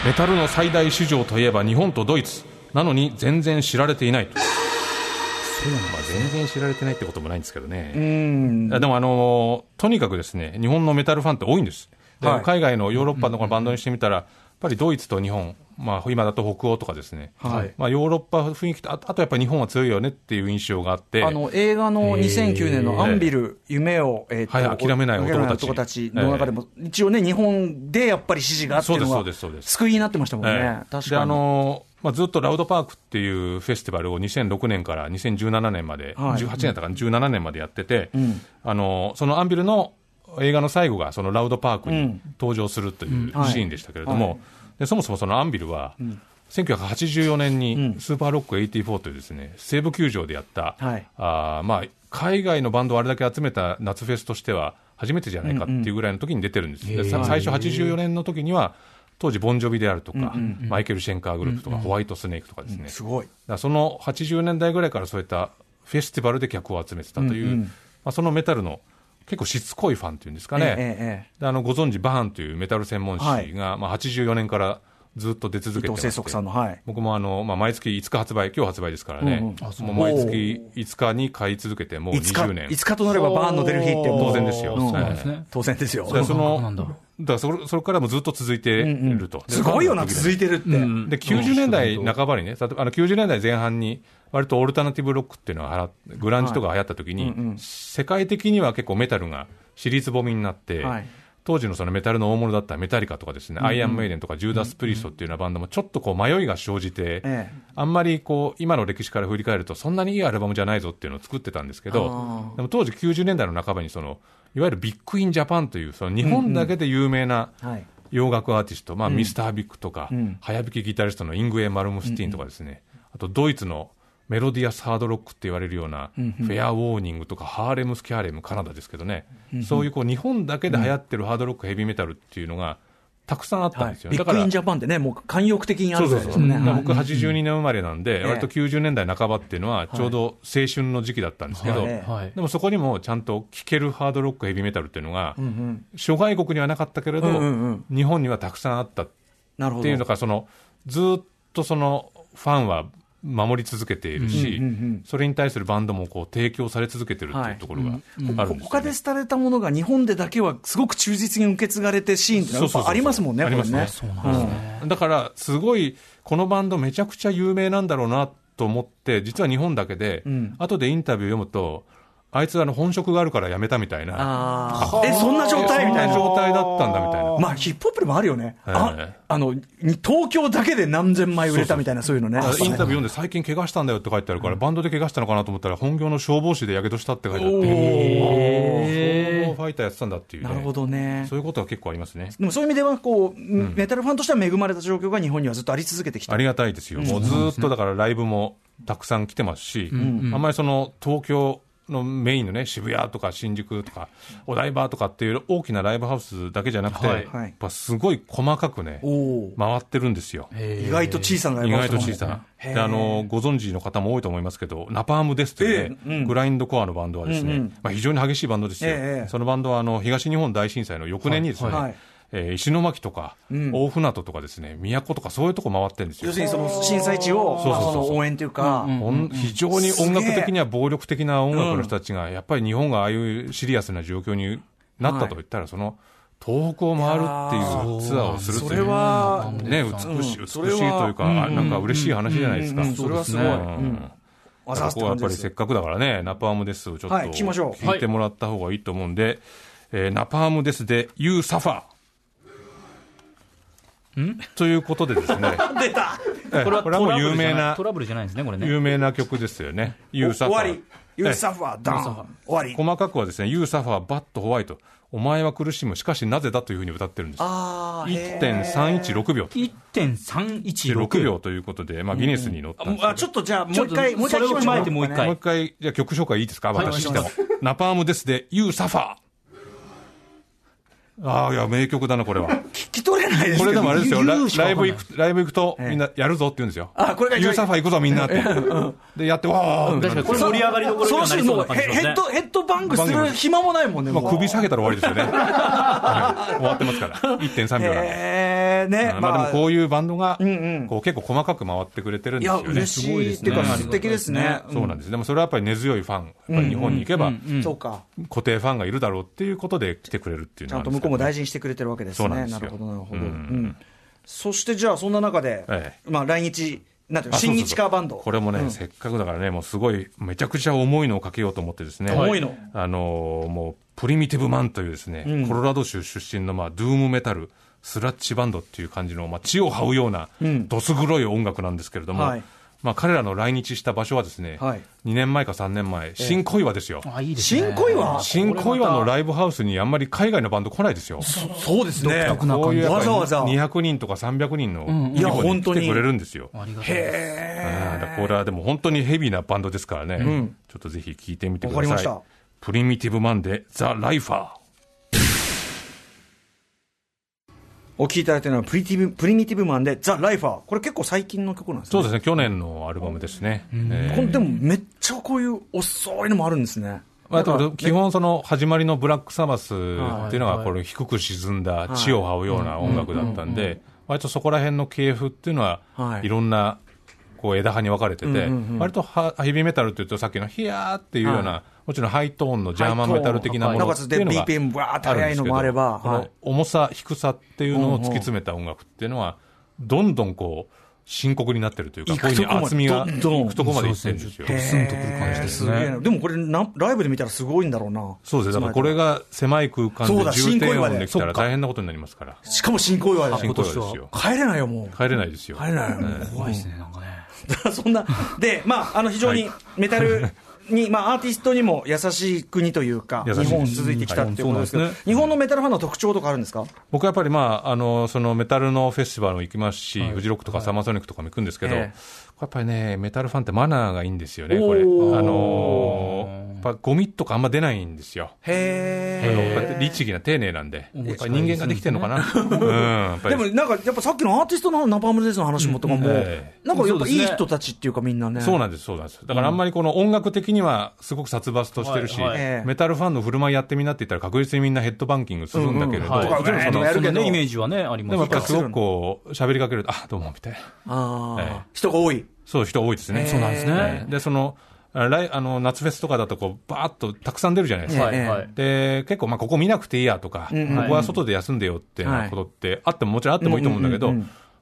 メタルの最大市場といえば日本とドイツなのに全然知られていないと。まあ全然知られてないってこともないんですけどね。いやでも、あのーとにかくですね、日本のメタルファンって多いんです。ではい海外のヨーロッパのこのバンドにしてみたら、やっぱりドイツと日本、まあ、今だと北欧とかですね、はいまあ、ヨーロッパ雰囲気と、ああとやっぱり日本は強いよねっていう印象があって、あの映画の2009年の「アンビル夢を、えーとはい諦めない男たち諦めの中でも、一応ね、日本でやっぱり支持があってのそはうですそうですそうで、す救いになってましたもんね、ええ確でかあに。のーまあ、ずっとラウドパークっていうフェスティバルを2006年から2017年まで、はい18年だったかな17年までやってて、んあのーそのアンビルの映画の最後がそのラウドパークうにん登場するというんはいシーンでしたけれどはも、でそもそもそのアンビルは、1984年にスーパーロック84というですね西武球場でやった、はいあーまあ、海外のバンドをあれだけ集めた夏フェスとしては初めてじゃないかっていうぐらいの時に出てるんです、でさ最初84年の時には当時ボンジョビであるとか、マイケル・シェンカーグループとか、ホワイト・スネークとかですね、すごい。だからその80年代ぐらいからそういったフェスティバルで客を集めてたという、まあ、そのメタルの結構しつこいファンというんですかね、えええであのご存知バーンというメタル専門誌が、はいまあ、84年からずっと出続えけ伊てまして藤清則さんの、はい。僕もあの、まあ、毎月5日発売今日発売ですからね、もう毎月5日に買い続けてもう20 5日年5日となればバーンの出る日ってもう当然ですようんそうなんですね当然ですよ。でそそうなのんだだからそれそれからもずっと続いていると、すごいよな、で続いてるって。で90年代半ばにね、例えばあの90年代前半に、割とオルタナティブロックっていうのがはらグランジとかが流行った時に、世界的には結構メタルが尻つぼみになって、はい当時のそのメタルの大物だったメタリカとかですね、アイアンメイデンとかジューダス・プリストっていうようなバンドもちょっとこう迷いが生じて、ええあんまりこう今の歴史から振り返るとそんなにいいアルバムじゃないぞっていうのを作ってたんですけど、でも当時90年代の半ばにそのいわゆるビッグインジャパンというその日本だけで有名な、はい洋楽アーティスト、まあミスター・ビックとか、早弾きギタリストのイングエ・マルムスティーンとかですね、あとドイツのメロディアス・ハードロックって言われるような、フェア・ウォーニングとか、ハーレム・スキャーレム、カナダですけどね、そういうこう日本だけで流行ってるハードロック、ヘビーメタルっていうのが、たくさんあったはんいですよ、ねビッグインジャパンってね、もう慣用句的にあそうるぐそらういそでう、すよだかね。らはい僕、82年生まれなんで、え割と90年代半ばっていうのは、ちょうど青春の時期だったんですけど、はいはいでもそこにもちゃんと聴けるハードロック、ヘビーメタルっていうのが、諸外国にはなかったけれど、うんうん日本にはたくさんあった。なるほっど。ていうのがそのずーっとそのファンは守り続けているし、それに対するバンドもこう提供され続けてるっていうところがあるんですよね、他で廃れたものが日本でだけはすごく忠実に受け継がれてシーンってのはやっぱありますもんね、ありますねこれうんだからすごいこのバンドめちゃくちゃ有名なんだろうなと思って実は日本だけで、後でインタビュー読むとあいつあの本職があるから辞めたみたいな、あえ、そんな状態みたいな。状態だったんだみたいな。まあ、ヒップホップでもあるよね。えあえ、あの、に東京だけで何千枚売れたみたいな、そういうのね。あインタビュー読んで、最近怪我したんだよって書いてあるから、バンドで怪我したのかなと思ったら、本業の消防士でやけどしたって書いてあって、消防ファイターやってたんだっていう、ね、なるほどねそういうことは結構ありますね。でもそういう意味では、こう、メタルファンとしては恵まれた状況が日本にはずっとあり続けてきた。ありがたいですよ、もうずーっとだからライブもたくさん来てますし、あんまりその東京のメインのね、渋谷とか新宿とか、お台場とかっていう大きなライブハウスだけじゃなくて、はいはいやっぱすごい細かくねお、お。回ってるんですよ。意外と小さなライ意ブハウ外スと小さな、へであのご存知の方も多いと思いますけど、ナパームですという、ねグラインドコアのバンドはですね、まあ、非常に激しいバンドですよ、ええええそのバンドはあの東日本大震災の翌年にですね、はいはいえー石巻とか、大船渡とかですね、都とか、そういうとこ回ってるんですよ要す。るにその震災地を、そうまあそうそうその応援というか、ほん非常に音楽的には暴力的な音楽の人たちが、やっぱり日本がああいうシリアスな状況になったと言ったら、その東北を回るっていうツアーをするっていう、ね、美しい、美しいというか、あなんか嬉しい話じゃないですか。それはすごいうんわこざわざってこはやっ感じぱでりすせっよ。かくだからね、ナパームですをちょっとはい聞きましょう聞いてもらった方がいいと思うんで、えーナパームですで、ユーサファー。ということで ですね、出たええこれはもう有名なト、ラブルじゃないですね、これね。有名な曲ですよね、ユー終サファわー。り。ユーサファー、ダウン。終わり。細かくはですね、ユーサファー、バット、ホワイト、お前は苦しむ、しかしなぜだというふうに歌ってるんです。あーへー1.316秒。6 1.316秒ということで、まあ、ギネスに載ったんですけどあちょっとじゃあ、もちょうっ一と回、もう一回聞きましょそれを踏まえうてもう一回もう一回、じゃあ曲紹介いいですか、い私しても。ナパームですで、ユーサファー。ああ、いや、名曲だな、これは。聞き取れないですけどこれでもあれですよ、ラ言うしかラわイかブんない行く、ライブ行くと、みんなやるぞって言うんですよ。あこれが一番ユーサファー行くぞ、みんなって。で、やって、わーってなるんこでれすよ盛り上がりどころにそはのな瞬り間そもうなう感ヘじですヘねッド、ヘッドバンクする暇もないもんね、まあ、もう首下げたら終わりですよね。はい終わってますから、1.3秒なんで。へーね、まあ、でもこいういうバンドが、こう結構細かく回ってくれてるんいですや、よね。嬉しいっていうか、素敵ですね。そうなんです。でもそれはやっぱり根強いファン、やっぱり日本に行けばうんそうか。固定ファンがいるだろうっていうことで来てくれるっていうちのゃはんあとるんで向すけどこうも大事にしてくれてるわけですね。そうなんですなよるほど、なるほど。ううんんそしてじゃあ、そんな中で、えまあ、来日、なんていあうの、そうそ新うそう日カーバンド。これもね、せっかくだからね、もうすごい、めちゃくちゃ重いのをかけようと思ってですね。重いのあのーもう、プリミティブマンというですね、コロラド州出身の、まあ、ドゥームメタル、スラッチバンドっていう感じの、まあ、地を這うような、どす黒い音楽なんですけれども、はいまあ、彼らの来日した場所はですね、はい2年前か3年前、新小岩ですよ。あいいですね新小岩新小岩のライブハウスにあんまり海外のバンド来ないですよ。そうですね。こういうやっぱりわざわざ200人とか300人のい規や模に本来当にてくれるんですよ。ありがたいですあへーだからこれはでも本当にヘビーなバンドですからね、ちょっとぜひ聞いてみてくだわかりまさいした。プリミティブマンで、ザ・ライファー。お聴きいただいてるのはプリティブ、プリミティブマンで、ザ・ライファー。これ結構最近の曲なんですそうね。ですね、去年のアルバムですね。えーこれでも、めっちゃこういう遅いのもあるんですね。まあ、だから基本、その始まりのブラックサバスっていうのが、これ、低く沈んだ、地を這うような音楽だったんで、割とそこら辺の系譜っていうのはは、いいろんなこう枝葉に分かれてて、割とはヘビーメタルっていうと、さっきのヒヤーっていうような、もちろんハイトーンのジャーマンメタル的なもなのおかっつてでいうのが BPM わーってあるん速でいすのけもあれど、ばこはのい重さ、低さっていうのを突き詰めた音楽っていうのは、どんどんこう、深刻になってるというか、行こうくいうふうとこに厚までみがどんどんいくとこまでいってるんですよ。スンとくる感じえーですすげえねなでもこれな、ライブで見たらすごいんだろうな。そうですね、だからこれが狭い空間そうだで重新小低岩音でできたそっらか大変なことになりますから、しかも新小岩だ新よ。小岩ですよ。帰れないよ、もう。帰れないですよ。帰れないよ、もう。怖いですねなんかね そんな、で、まあ、あの非常にメタルに、まあ、アーティストにも優しい国というか、優しい日です本、続いてきたっていうことですけど、はいそうなんです日本のメタルファンの特徴とかあるんですか、僕はやっぱり、まあ、あの、そのメタルのフェスティバルも行きますし、フジロックとかサマーソニックとかも行くんですけど、ええやっぱりね、メタルファンってマナーがいいんですよね、これ。あおーのーやっぱゴミとかあんま出ないんですよ。あのへやっぱり律儀な丁寧なんで、やっぱり人間ができてるの かな。うん、やっぱでりもなんか、やっぱさっきのアーティストのナパームレースの話もとかも、えなんかやっそうぱでいすねい人たちっていうか、みんなね。そうなんです、そうなんです。だからあんまりこの音楽的にはすごく殺伐としてるし、はいはいメタルファンの振る舞いやってみなって言ったら確実にみんなヘッドバンキングするんだけれど、はいとかもちろんそでのもやるけどそんなねイメージはねありますでもやっぱりすごくこう、喋りかけると、あ、どうも、みたいな。あーえ人が多い。そういう人多いですね。そうなんですねええで、その、あ来あの、夏フェスとかだと、こう、バーっとたくさん出るじゃないですか。はいはいで、結構、まあ、ここ見なくていいやとか、ここは外で休んでよってなことって、あっても、もちろんあってもいいと思うんだけど、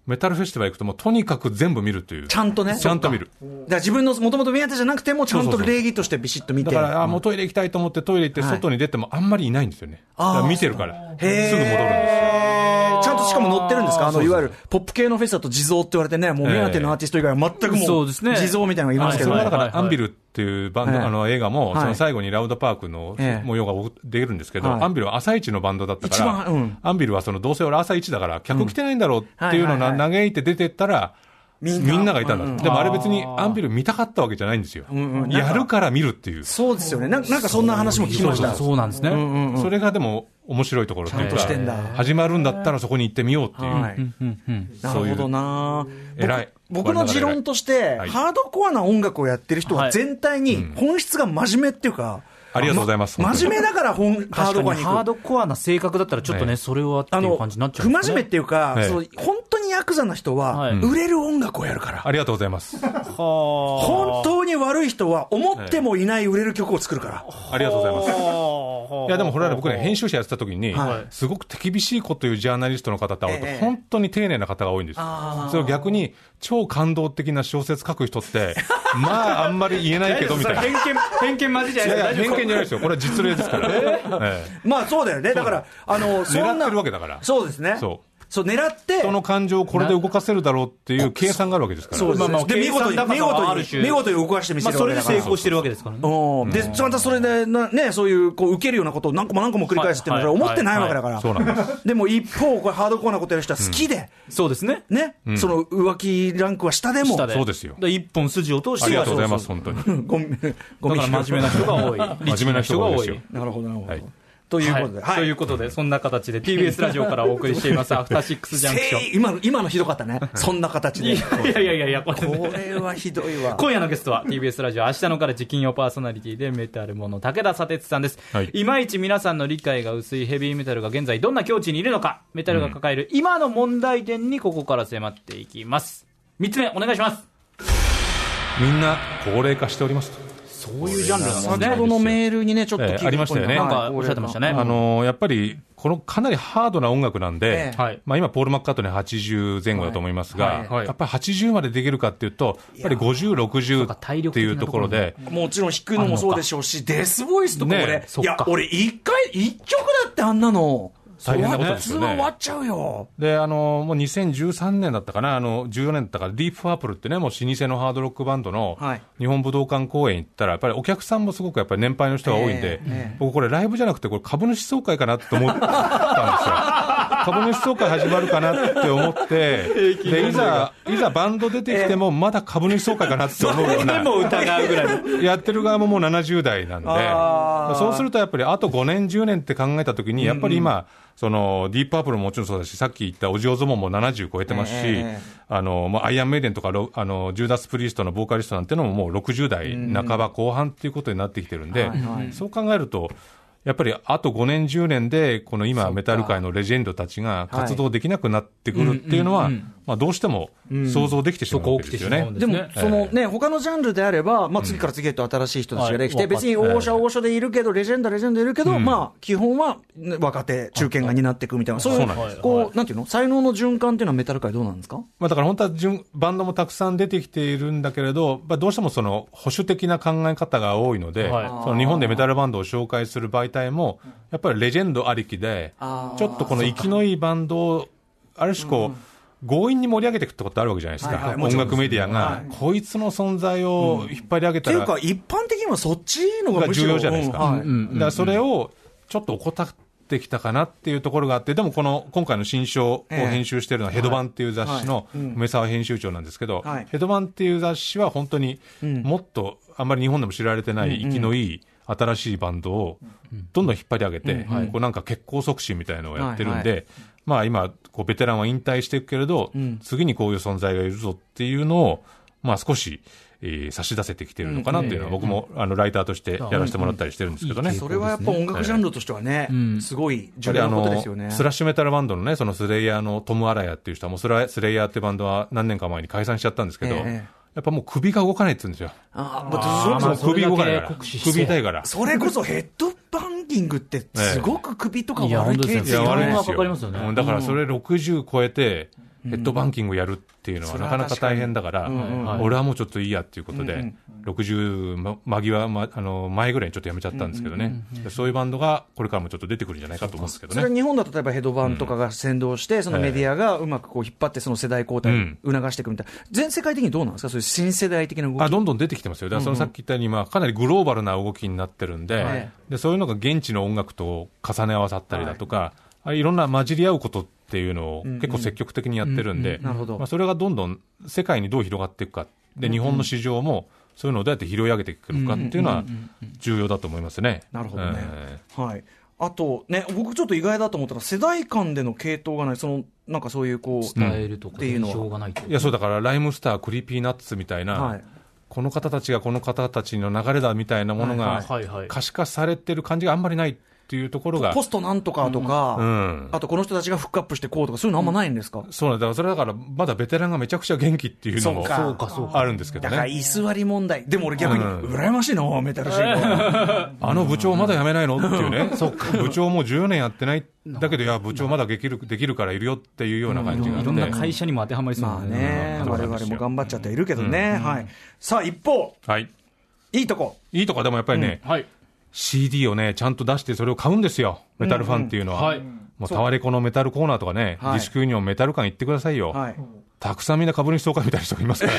メタルフェスティバル行くと、もうとにかく全部見るという。ちゃんとねちゃんと見る。だから自分のもともと目当てじゃなくても、ちゃんと礼儀としてビシッと見て。だから、あもうトイレ行きたいと思ってトイレ行ってはい外に出てもあんまりいないんですよね。だから見てるから。すぐ戻るんですよ。へーちゃんとしかも載ってるんですかあの、いわゆる、ポップ系のフェスだと地蔵って言われてね、もう目当てのアーティスト以外は全くも、そうう地ですね蔵みたいなのがいますけどそれははいだはかいら、アンビルっていうバンド、はいあの映画も、はいその最後にラウドパークのええ模様が出るんですけど、はいアンビルは朝一のバンドだったから、一番うんアンビルはそのどうせ俺朝一だから、客来てないんだろうっていうのをはいはないは嘆いて出てったら、みみんなんながいたんだ、うんでもあれ別にアンビル見たかったわけじゃないんですよ、んうんやるから見るっていう、そうですよね。なんなんかそんな話も聞きました。そうなんですね。それがでも面白いところというちゃんとしてんだか、始まるんだったらそこに行ってみようっていう、はいうんうんなるほどなそういう偉い僕僕の持論として、はいハードコアな音楽をやってる人ははい全体に本質が真面目っていうか、ありがとうございます真面目だから本ハー 確ドコかアににハ行ーく。ドコアな性格だったら、ちょっとええね、それはってあいうの、感じになっちゃう不んです真か面目ねっていうか、ええその本当にヤクザな人ははい、売れる音楽をやるから。ありがとうございます、本当に悪い人は思ってもいない売れる曲を作るから。ありがとうございます。はいやでもこれはね僕ね、編集者やってた時にはい、すごく手厳しいこと言うジャーナリストの方って、ええ本当に丁寧な方が多いんですよあーそれを逆に、超感動的な小説書く人 って、まあ、あんまり言えないけどみたいな。い見、偏見マジじゃやいや、偏見じゃないですよ。これは実例ですから。ええまあそうだよね。だから、あの、そん狙っな。てるわけだからそうですね。。そうそう、狙って。人の感情をこれで動かせるだろうっていう計算があるわけですから。そうですねまあまあで、見事計算に、高見さは事あるに、種見事に動かしてみせまあ、るそわれけでだか成ら。功してるわけですからね。うんで、またそれでな、ね、そういう、こう、受けるようなことを何個も何個も繰り返すっていうのは、はい思ってないわけだから。そうなんです。でも一方、これ、ハードコアなことやる人は好きで、そうですね。ね、その浮気ランクは下でも、下で。そうですよで一本筋を通して、ありがとうございます、そう本当に。 ゴミ、そゴうミだから真面目な人が多い。真面目な人が多いですよ。なるほど、なるほどはい。というはこいとで、ということで、そんな形で TBS ラジオからお送りしてい ます、アフターシックスジャンクションせい今の、今のひどかったね。そんな形で。こいやいやいやいや、これねれはひどいわ。今夜のゲストは TBS ラジオ明日のから金曜パーソナリティでメタルもの武田砂鉄さんです、はいい、まいち皆さんの理解が薄いヘビーメタルが現在どんな境地にいるのかメタルが抱える今の問題点にここから迫っていきます3つ目お願いしますみんな高齢化しておりますと。そういうジャンルなんです先ねほどのメールにね、ちょっとええ聞いてありましたよねはないんかおっしゃってましたね、あのーやっぱり、このかなりハードな音楽なんでえ、えはいまあ、今、ポール・マッカートニー80前後だと思いますが、はいはいやっぱり80までできるかっていうと、やっぱり50、か体60って力的いうなととこころろで、もちろん弾くのもそうでしょうし、デスボイスとかねえ俺、そいっかや、俺一回、一曲だってあんなの。大変なことですよね普通は終わっちゃうよ。であのーもう2013年だったかな、あの14年だったかな、ディープ・パープルってね、もう老舗のハードロックバンドのはい日本武道館公演行ったら、やっぱりお客さんもすごくやっぱり年配の人が多いんでええええ、僕、これ、ライブじゃなくて、これ、株主総会かなって思 ったんですよ。株主総会始まるかなって思って、でいざ、いざバンド出てきても、まだ株主総会かなって 思うような。もう疑うぐらいのやってる側ももう70代なんあーで、そうするとやっぱりあと5年、10年って考えたときに、やっぱり今、そのディープアップルももちろんそうだし、さっき言ったオジオズモンも70超えてますえしえ、あのまあアイアンメイデンとかロあのジューダス・プリーストのボーカリストなんてのももう60代半ば後半っていうことになってきてるんで、そう考えると、やっぱりあと5年、10年で、この今、メタル界のレジェンドたちが活動できなくなってくるっていうのは、まあどうしても想像できてしまうわけですよそこ起きてしまねうん。でも、そのね、他のジャンルであれば、まあ、次から次へと新しい人たちができて、はい別に大御所、大御所でいるけど、レジェンド、レジェンドいるけど、まあ、基本はね若手、中堅が担っていくみたいな、そういそうなんでう、こう、なんていうの才能の循環っていうのはメタル界どうなんですかまあ、だから本当は順バンドもたくさん出てきているんだけれど、まあ、どうしてもその保守的な考え方が多いので、はいその日本でメタルバンドを紹介する媒体も、やっぱりレジェンドありきで、ちあーょっとこの生きのいいバンドを、ある種こう、強引に盛り上げていくってことあるわけじゃないですか、はいはいもち音ろんです楽メディアが、こいつの存在を引っ張り上げったていら、うか、一般的にはそっちのががむしろ重要じゃないですうんかは。だからそれをちょっと怠ってきたかなっていうところがあって、でもこの今回の新書を編集してるのはヘドバンっていう雑誌の梅沢編集長なんですけどはい、ヘドバンっていう雑誌は本当にもっとあんまり日本でも知られてない生きのいい新しいバンドをどんどん引っ張り上げて、こうなんか血行促進みたいなのをやってるんはいで、まあ今、こうベテランは引退していくけれど、次にこういう存在がいるぞっていうのを、まあ少し、えー差し出せてきてるのかなっていうのは僕もあのライターとしてやらせてもらったりしてるんですけどね。それはやっぱ音楽ジャンルとしてはね、すごい重要なことですよね。スラッシュメタルバンドのね、そのスレイヤーのトム・アラヤっていう人は、もうスラスレイヤーってバンドは何年か前に解散しちゃったんですけど、ええやっぱもう首が動かないって言うんですよ。あーまあそもうれこそ首動かないかそれだら。け酷使して首痛いから。それこそヘッドバンギングって、すごく首とかいや悪い本当ケーでスすいよや、時間悪いではすよ。かかりますよねうんだからそれ60超えて、ヘッドバンキングやるっていうのはなかなか大変だから、俺はもうちょっといいやっていうことで、60ま間際、ま、あの前ぐらいにちょっとやめちゃったんですけどね、そういうバンドがこれからもちょっと出てくるんじゃないかと思うんですけどそれはね。日本だと例えばヘドバンとかが先導して、そのメディアがうまくこう引っ張って、その世代交代を促していくみたいな、全世界的にどうなんですか、そういう新世代的な動き。あどんどん出てきてますよ、だからそのさっき言ったように、まあ、かなりグローバルな動きになってるんで,、はいで、そういうのが現地の音楽と重ね合わさったりだとか、あい、ろんな混じり合うことっていうのを結構積極的にやってるんで、なるほどまあ、それがどんどん世界にどう広がっていくか、で日本の市場もそういうのをどうやって拾い上げていくのかっていうのは重要だと思いますね。なるほどねえーはい、あとね、僕ちょっと意外だと思ったら、世代間での系統がない、そのなんかそういうこう、伝えるとかっていうのは伝承がないといやそうだから、ライムスター、クリーピーナッツみたいな、はいこの方たちがこの方たちの流れだみたいなものはがはいはい可視化されてる感じがあんまりないっていうところが、ポストなんとかとうか、ん、あとこの人たちがフックアップしてこうとか、そういうのあんまないんですか、そうなんだ、それだから、まだベテランがめちゃくちゃ元気っていうのもそうかそうかあるんですけどだからね、居座り問題、でも俺、逆うに、ん羨ましいな、メタルシート。あの部長、まだ辞めないのっていう ね、部長もう14年やってない、だけど、いや、部長まだできるできるからいるよっていうような感じがあいっろんなて、会社にも当てはまりそうまあだね、うん我々も頑張っちゃっているけどね、はい、さあ、一方、はい、いいとこ、いいとこはでもやっぱりね、はい CD をね、ちゃんと出して、それを買うんですよ、メタルファンっていうのは。はいもうタワレコのメタルコーナーとかね、はいディスクユニオンメタル館行ってくださいよ、 はい、たくさんみんな株主総会みたいな人がいますか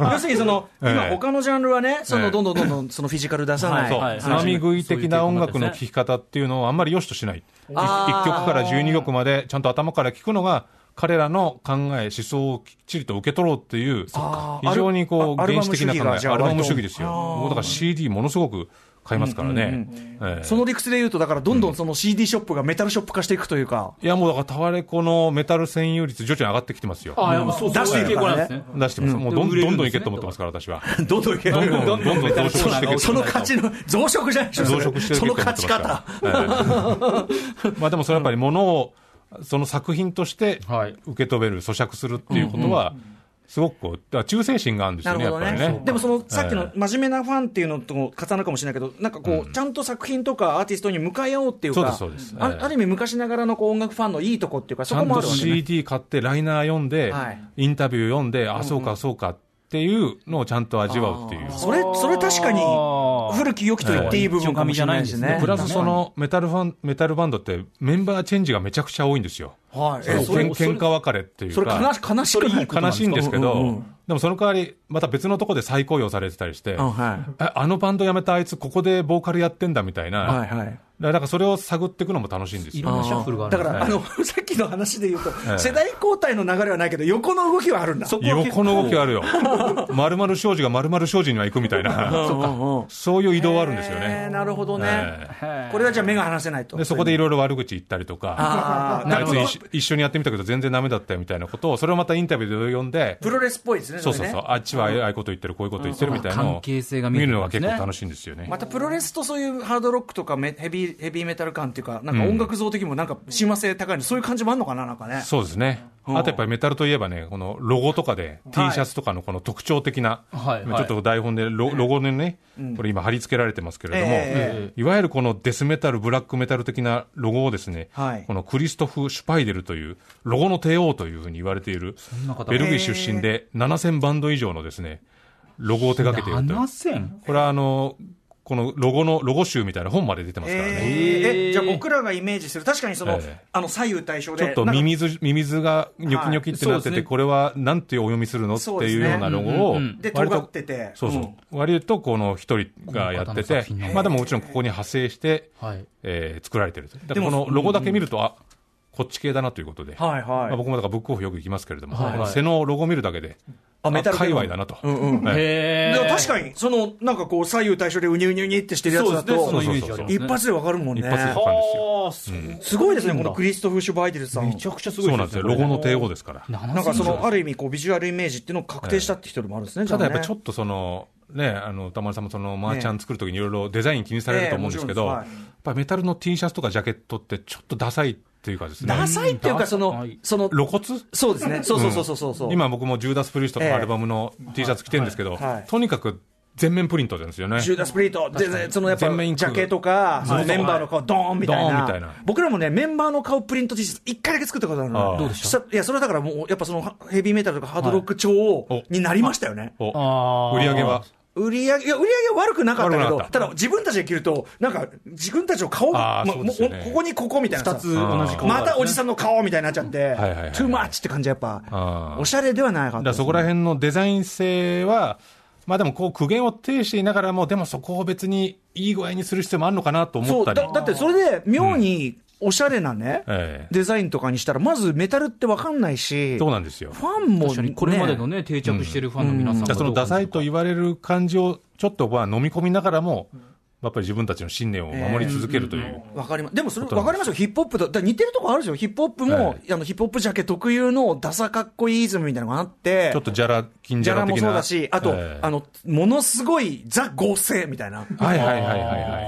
ら、要するにその、ええ今、他のジャンルはね、そえのえどんどんどんどんそのフィジカル出さない、そうはいつまみ食い的な音楽の聴き方っていうのをあんまり良しとしない、1曲から12曲までちゃんと頭から聴くのが、彼らの考え、思想をきっちりと受け取ろうっていう、あー非常にこうアル原始的な考アルバム主義がじえ、ゃあアルバム主義です割とよ、だから CD ものすごく買いますからね。ええその理屈で言うと、だからどんどんその CD ショップがメタルショップ化していくというか、いやもうだからタワレコのメタル占有率、徐々に上がってきてますよ。あやっぱそう出してるからねそういう傾向なんです出してます、もうどん売れどるんんですねどんいけると思ってますから、私は。どん どんいける どんどんどんどん増殖していけるその価値の増殖じゃないでしょ、増それ殖してるその勝ち方。結果になってますからええまあでもそれはやっぱりものをその作品としてはい受け止める、咀嚼するっていうことは、すごくこう、だから忠誠心があるんですなよるね、ほやっぱどりねね。でもそのさっきえの真面目なファンっていうのとも重なるかもしれないけど、なんかこう、ちゃんと作品とかアーティストに向かい合おうっていうか、そうですそうですあええある意味、昔ながらのこう音楽ファンのいいとこっていうか、ちそゃこんもあとるわけね CD 買って、ライナー読んではい、インタビュー読んで、あ、そうか、そうかっていうのをちゃんと味わうっていう。それ、それ確かに古き良きと言っていい部分かもしれないし一丁紙じゃないんねですね。プラスそのメタルファン、メタルバンドってメンバーチェンジがめちゃくちゃ多いんですよ。はい、えけんそれ、喧嘩別れっていうそれか。悲し悲しくない悲しいんですけど、うんうんうんでもその代わり、また別のとこで再雇用されてたりして、あはいえあのバンド辞めたあいつ、ここでボーカルやってんだみたいな、はいはい。だからそれを探っていくのも楽しいんですいよ。ろんなシャッフルがあだるんかですら、ねあの、 さっきの話で言うと、え世代交代の流れはないけど、横の動きはあるんだ。横の動きあるよ、まるまる商事がまるまる商事には行くみたいな、うんうんうんそういう移動はあるんですよえーね。なるほどねえ。これはじゃあ目が離せないと。でそこでいろいろ悪口言ったりとか、あーあいつ一緒一緒にやってみたけど全然ダメだったよみたいなことを、それをまたインタビューで読んで、プロレスっぽいですね。そうそうそう、れねあっちはああいうこと言ってる、こういうこと言ってるみたいなのを関係性が見見えるるのんがです結ね構楽しいんですよね。またプロレスとそういうハードロックとかメヘビー、ヘビーメタル感っていうか、なんか音楽像的にもなんか親和性高いの、そういう感じもあるのかな、なんかね。そうですね。あとやっぱりメタルといえばね、このロゴとかで、はい T シャツとかのこの特徴的な、はいはいちょっと台本でロロゴでね、これ今貼り付けられてますけれども、えいわゆるこのデスメタル、ブラックメタル的なロゴをですね、はいこのクリストフ・シュパイデルという、ロゴの帝王というふうに言われているな方、がベルギー出身で7000バンド以上のですね、ロゴを手掛けているという。 7000これはあの、このロゴの、ロゴ集みたいな本まで出てますからね。えーえ、じゃあ僕らがイメージする、確かにそのええ、あの、左右対称ちで。ょっとミミズミミズがニョキニョキってなはいってそうて、ですねこれはなんてお読みするのってそうですいねうようなロゴをうんうんう、で、割尖っと、てて。そうそう、割とこの一人がやっててこの方の作品な、んだまあでももちろんここに派生して、はいえー作られてると。だかでらもこのロゴだけ見ると、あこっち系だなということで、うん。はいまあはい。僕もだからブックオフよく行きますけれども、はいこの背のロゴ見るだけで、ああメタル系界の隈だなと。うんうん。はいへでーも確かに、その、なんかこう、左右対称でうにゅうにゅうにってしてるやつそうだですねそとの、イメージありますね一発でわかるもんね一。発でわかるんですよ。ああそうすごいですね、このクリストフ・シュバイデルさん。めちゃくちゃすごいそうなんですよ、ロゴの帝王ですから。ななんかその、ある意味、こう、ビジュアルイメージっていうのを確定したって人でもあるんですね、ただやっぱりちょと。っとその、ね、あの歌丸さんもそのマーチャン作るときにいろいろデザイン気にされると思うんですけええど、もちろやんでっすはいぱりメタルの T シャツとかジャケットって、ちょっとダサいっていうかですね、ダサいっていうか、そのはい、その、露骨そうですね、そうそうそうそうそう。今僕もジューダス・プリーストのアルバムの T シャツ着てるんですけどはいはい、とにかく全面プリントなんですよね。ジューダスプリート、ででそのやっぱ、ジ全面インクャケとか、そうそうメンバーの顔、ドーンみたいドーなンみたいな僕らもね、メンバーの顔プリント T シャツ、一回だけ作ったことあるあのあどうでしたいや、それはだからもう、やっぱそのヘビーメタルとかハードロック調はいおになりましたよね。あーお売り上げは売り上げ、いや、売り上げは悪くなかったけ悪くど、なかたっただ自分たちで着ると、なんか、自分たちの顔が、ああまそうですよねもうここにここみたいなさ。二つ同じ顔またおじさんの顔みたいになっちゃってはいはいはい、トゥーマッチって感じやっぱあ、あおしゃれではないだかかったらですね。そこら辺のデザイン性は、まあでもこう苦言を呈していながらも、でもそこを別にいい具合にする必要もあるのかなとそ思うっただり。だってそれで妙におしゃれなね、ええデザインとかにしたら、まずメタルって分かんないし、そうなんですよ。ファンも、確かにこれまでのね定着してるファンの皆さんじゃあがそどのうダ感じるかサいと言われる感じをちょっとまあ飲み込みながらも、やっぱり自分たちの信念を守り続けるという。わかりまでもそれ分かりますよ、ヒップホップと、だから似てるとこあるでしょ、ヒップホップも、はあのヒップホップジャケ特有のダサかっこいいイズムみたいなのがあって、ちょっとじゃら、金ジじャゃラら的な。もそうだし、あと、ええあのものすごいザ・合成みたいな。はいはいはいはいは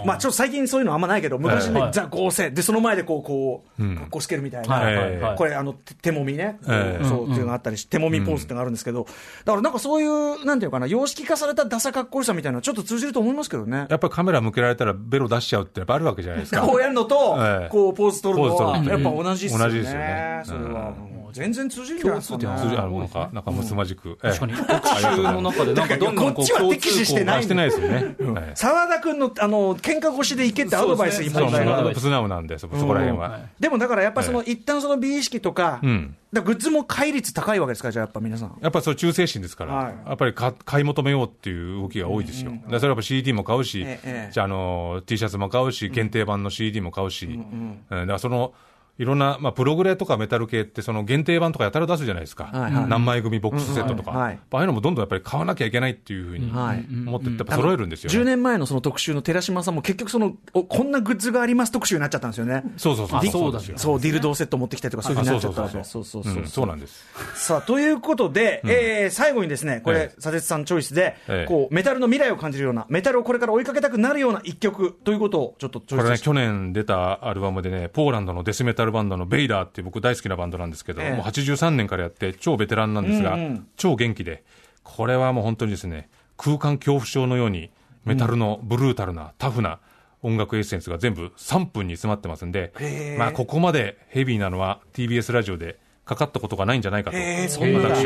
い。まあ、ちょっと最近そういうのあんまないけど、昔ね、はいザ・合成、で、その前でこう、こう、うん格好つけるみたいな、はいはいえはえいこれあの手手もみね、ええそうっていうのがあったりして、手もみポーズっていうのがあるんですけど、だからなんかそういう、なんていうかな、様式化されたダサかっこよさみたいなの、ちょっと通じると思いますけどね。やっぱりカメラ向けられたらベロ出しちゃうってやっぱあるわけじゃないですか。こうやるのと、ええこうポーズ取るのは、ポーズや取っるとぱいう同じっすよね。同じですよねそれは、もう全然通じるんじゃないですか、ね。通じあのなんか、なんかむつまじく。確確かに特集の中でなんかどんどんここっうちは共敵視通し項てがないしてないですよね。はい澤田君の、あの、喧嘩越しでいけってアドバイスいっぱいそう、もらえるそうですねもう素直なんで、そそこら辺は。でもだからやっぱりその、は一旦その美意識とか、うんだからグッズも乖離率高いわけですから、じゃあやっぱ皆さん。やっぱりそう忠誠心ですから、はいやっぱりか買い求めようっていう動きが多いですよ、だからそれはやっぱ CD も買うし、ええじゃああの T シャツも買うし、限定版の CD も買うし、うんだからそのいろんな、まあ、プログレとかメタル系って、その限定版とかやたら出すじゃないですか、はいはい何枚組ボックスセットとか、うんはいはいああいうのもどんどんやっぱり買わなきゃいけないっていうふうにはい思ってって、やっぱ揃えるんですよね、 10年前のその特集の寺島さんも結局そのおこんなグッズがあります特集になっちゃったんですよね。そうそうそう、あそうだねそう、ディルドーセット持ってきたりとか、そういうふうになっちゃったわけ。あそそううそううそんう。そうなんです、さあ、ということで、えー最後にですね、これええ、佐哲さんチョイスでええ、こう、メタルの未来を感じるような、メタルをこれから追いかけたくなるような一曲ということをちょっとチこれョイね、スして。去年出たアルバムでね、ポーランドのデスメタルバンドのベイダーっていう僕大好きなバンドなんですけど、ええもう83年からやって、超ベテランなんですが、うんうん超元気で、これはもう本当にですね、空間恐怖症のように、メタルのブルータルな、タフな音楽エッセンスが全部3分に詰まってますんでへえ、まあ、ここまでヘビーなのは TBS ラジオでかかったことがないんじゃないかと、へえ私そんなだは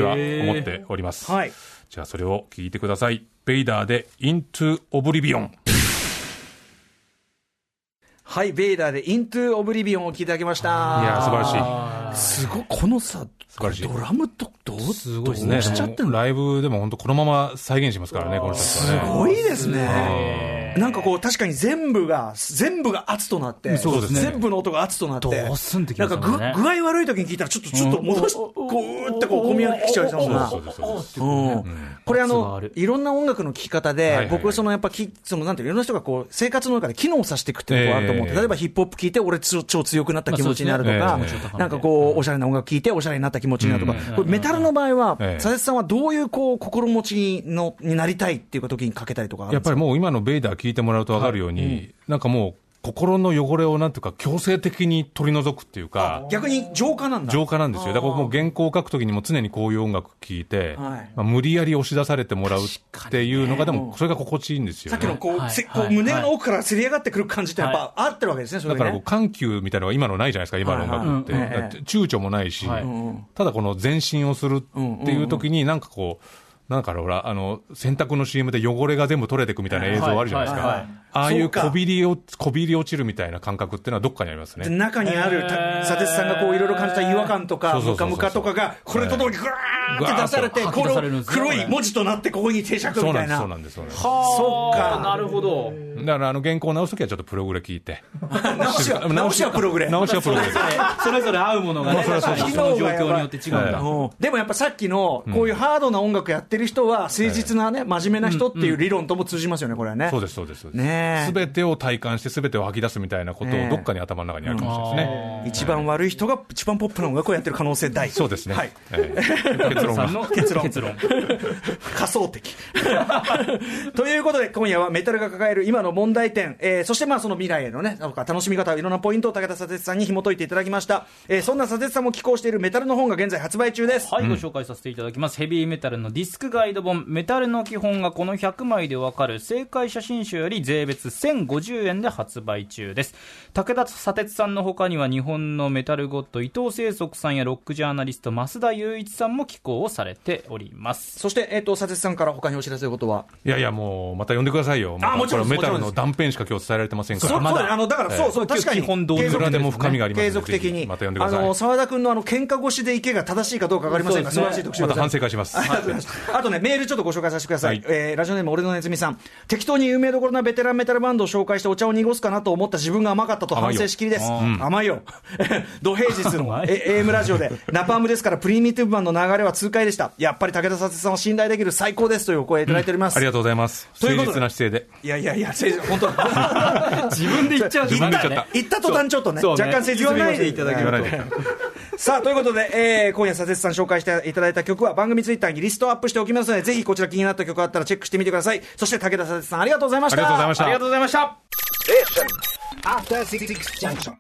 思っております。はい。じゃあ、それを聞いてください。ベイダーで Into Oblivion。はい、ベイダーで Into Oblivion を聞いていただきました。いいやー、素晴らしい。すごい、このさ、晴らしいドラムとどうすごいですどねうしちゃってんのライブでも本当このまま再現しますからね、この人たちすはね。ごいですね。なんかこう、確かに全部が、全部が圧となって、そうですね全部の音が圧となって、どうすんってきなまんすかよねぐ具合悪い時に聞いたら、ちょっと、ちょっと戻し、こう、うーってこう、込み上げてきちゃいそうな。そうです、そうです。うんこれあ圧があのる、いろんな音楽の聴き方はいでは、い僕はそのやっぱき、そのなんていうのいろんな人がこう、生活の中で機能させていくっていうのがあると思っえて、え例えばヒップホップ聴いて、俺超超強くなった気持ちになるとまかあそうですねえ、えなんかこう、おしゃれな音楽聴いて、おしゃれになった気持ちになるとか、これメタルの場合は、ええ佐々木さんはどういうこう、心持ちの、になりたいっていう時にかけたりとかあるやっんですぱかりもう今のベイダー聞いてもらうと分かるように、なんかもう心の汚れをなんていうか強制的に取り除くっていうか、逆に浄化なんだ。浄化なんですよ。だからもう原稿を書くときにも常にこういう音楽聴いて、はいまあ、無理やり押し出されてもらうっていうのが、でもそれが心地いいんですよさっきのね。こはう、いせはこいう胸の奥からせり上がってくる感じってやっぱあってるわけですね、そだれねからこう緩急みたいなのが今のないじゃないですか、今の音楽って。はいはいうんだって躊躇もないし、はいただこの前進をするっていう時に、なんかこう、なんかほら、あの、洗濯の CM で汚れが全部取れてくみたいな映像あるじゃないですはいはいはかい。ああいそううかこびりを、こびり落ちるみたいな感覚っていうのはどっかにありますでね。中にあるた佐哲さんがこういろいろ感じた違和感とか、そうそムうそカうそうムカとかが、これとともにぐわーって出されて、ぐわーっことの吐き出されるんですね黒い文字となって、ここに定着そみうなんたいです、そうなな。んです。そうなんですそっなか。るほどだからあの原稿を直すときはちょっとプログレ聞いて。直しは、直しはプログレ。直しはプログレ。それぞれ合うものがねまあそれはそうですその状況によって違うんはいだうんでもやっぱさっきの、こういうハードな音楽やってる人は、誠実なね、真面目な人っていう理論とも通じますよね、これはね。 そうです、そうです。そうですねえねすべてを体感して、すべてを吐き出すみたいなことねを、どっかに頭の中にあるかもしれないですね。一番悪い人が一番ポップな音楽をやってる可能性大そうですね。はいええ結論さはん。の結論結論 仮想的。 ということで、今夜はメタルが抱える今の問題点、えーそしてまあその未来へのね、なんか楽しみ方、いろんなポイントを武田佐哲さんに紐解いていただきました。えーそんな佐哲さんも寄稿しているメタルの本が現在発売中です。はい、ご紹介させていただきます。ヘビーメタルのディスクガイド本、メタルの基本がこの100枚でわかる正解写真集より税別1050円で発売中です。武田砂鉄さんの他には日本のメタルゴッド伊藤清則さんやロックジャーナリスト増田雄一さんも寄稿をされております。そして、えっ、と、佐哲さんから他にお知らせのことは。いやいや、もう、また呼んでくださいよ。またもちろんこれメタルもちろんの断片しか今日伝えられてませんかそら。うそうだねあのだから、そうそう、ええ確かに基本導入継いく続らでも深みがあります継ので続的ぜに、ひまた呼んでくあださいの澤田君のあの喧嘩腰で池が正しいかどうか分かりませんが、素晴らしい特集でまごたざ反省います会します。あとね、メールちょっとご紹介させてくださはい。いえーラジオネーム、俺のねずみさん。適当に有名どころなベテランメタルバンドを紹介してお茶を濁すかなと思った自分が甘かったと反省しきりです。甘いよ。 土平日の甘いえ AM ラジオで、ナパームですからプリミティブマンの流れは痛快でした。やっぱり武田佐世さんは信頼できる最高ですというお声いただいております。ありがとうございます。とい誠う実ことでな姿勢で。いやいやいや、誠実本当自分で言っちゃう自分で言っちゃった。言った途端ちょっとね、そう若ね干誠実言わないでいた言わないでさあということで、えー今夜、佐々木さん紹介していただいた曲は番組ツイッターにリストアップしておきますので、ぜひこちら気になった曲あったらチェックしてみてください。そして武田佐々木さんありがとうございました。ありがとうございましたありがとうございました。 After Six Junction.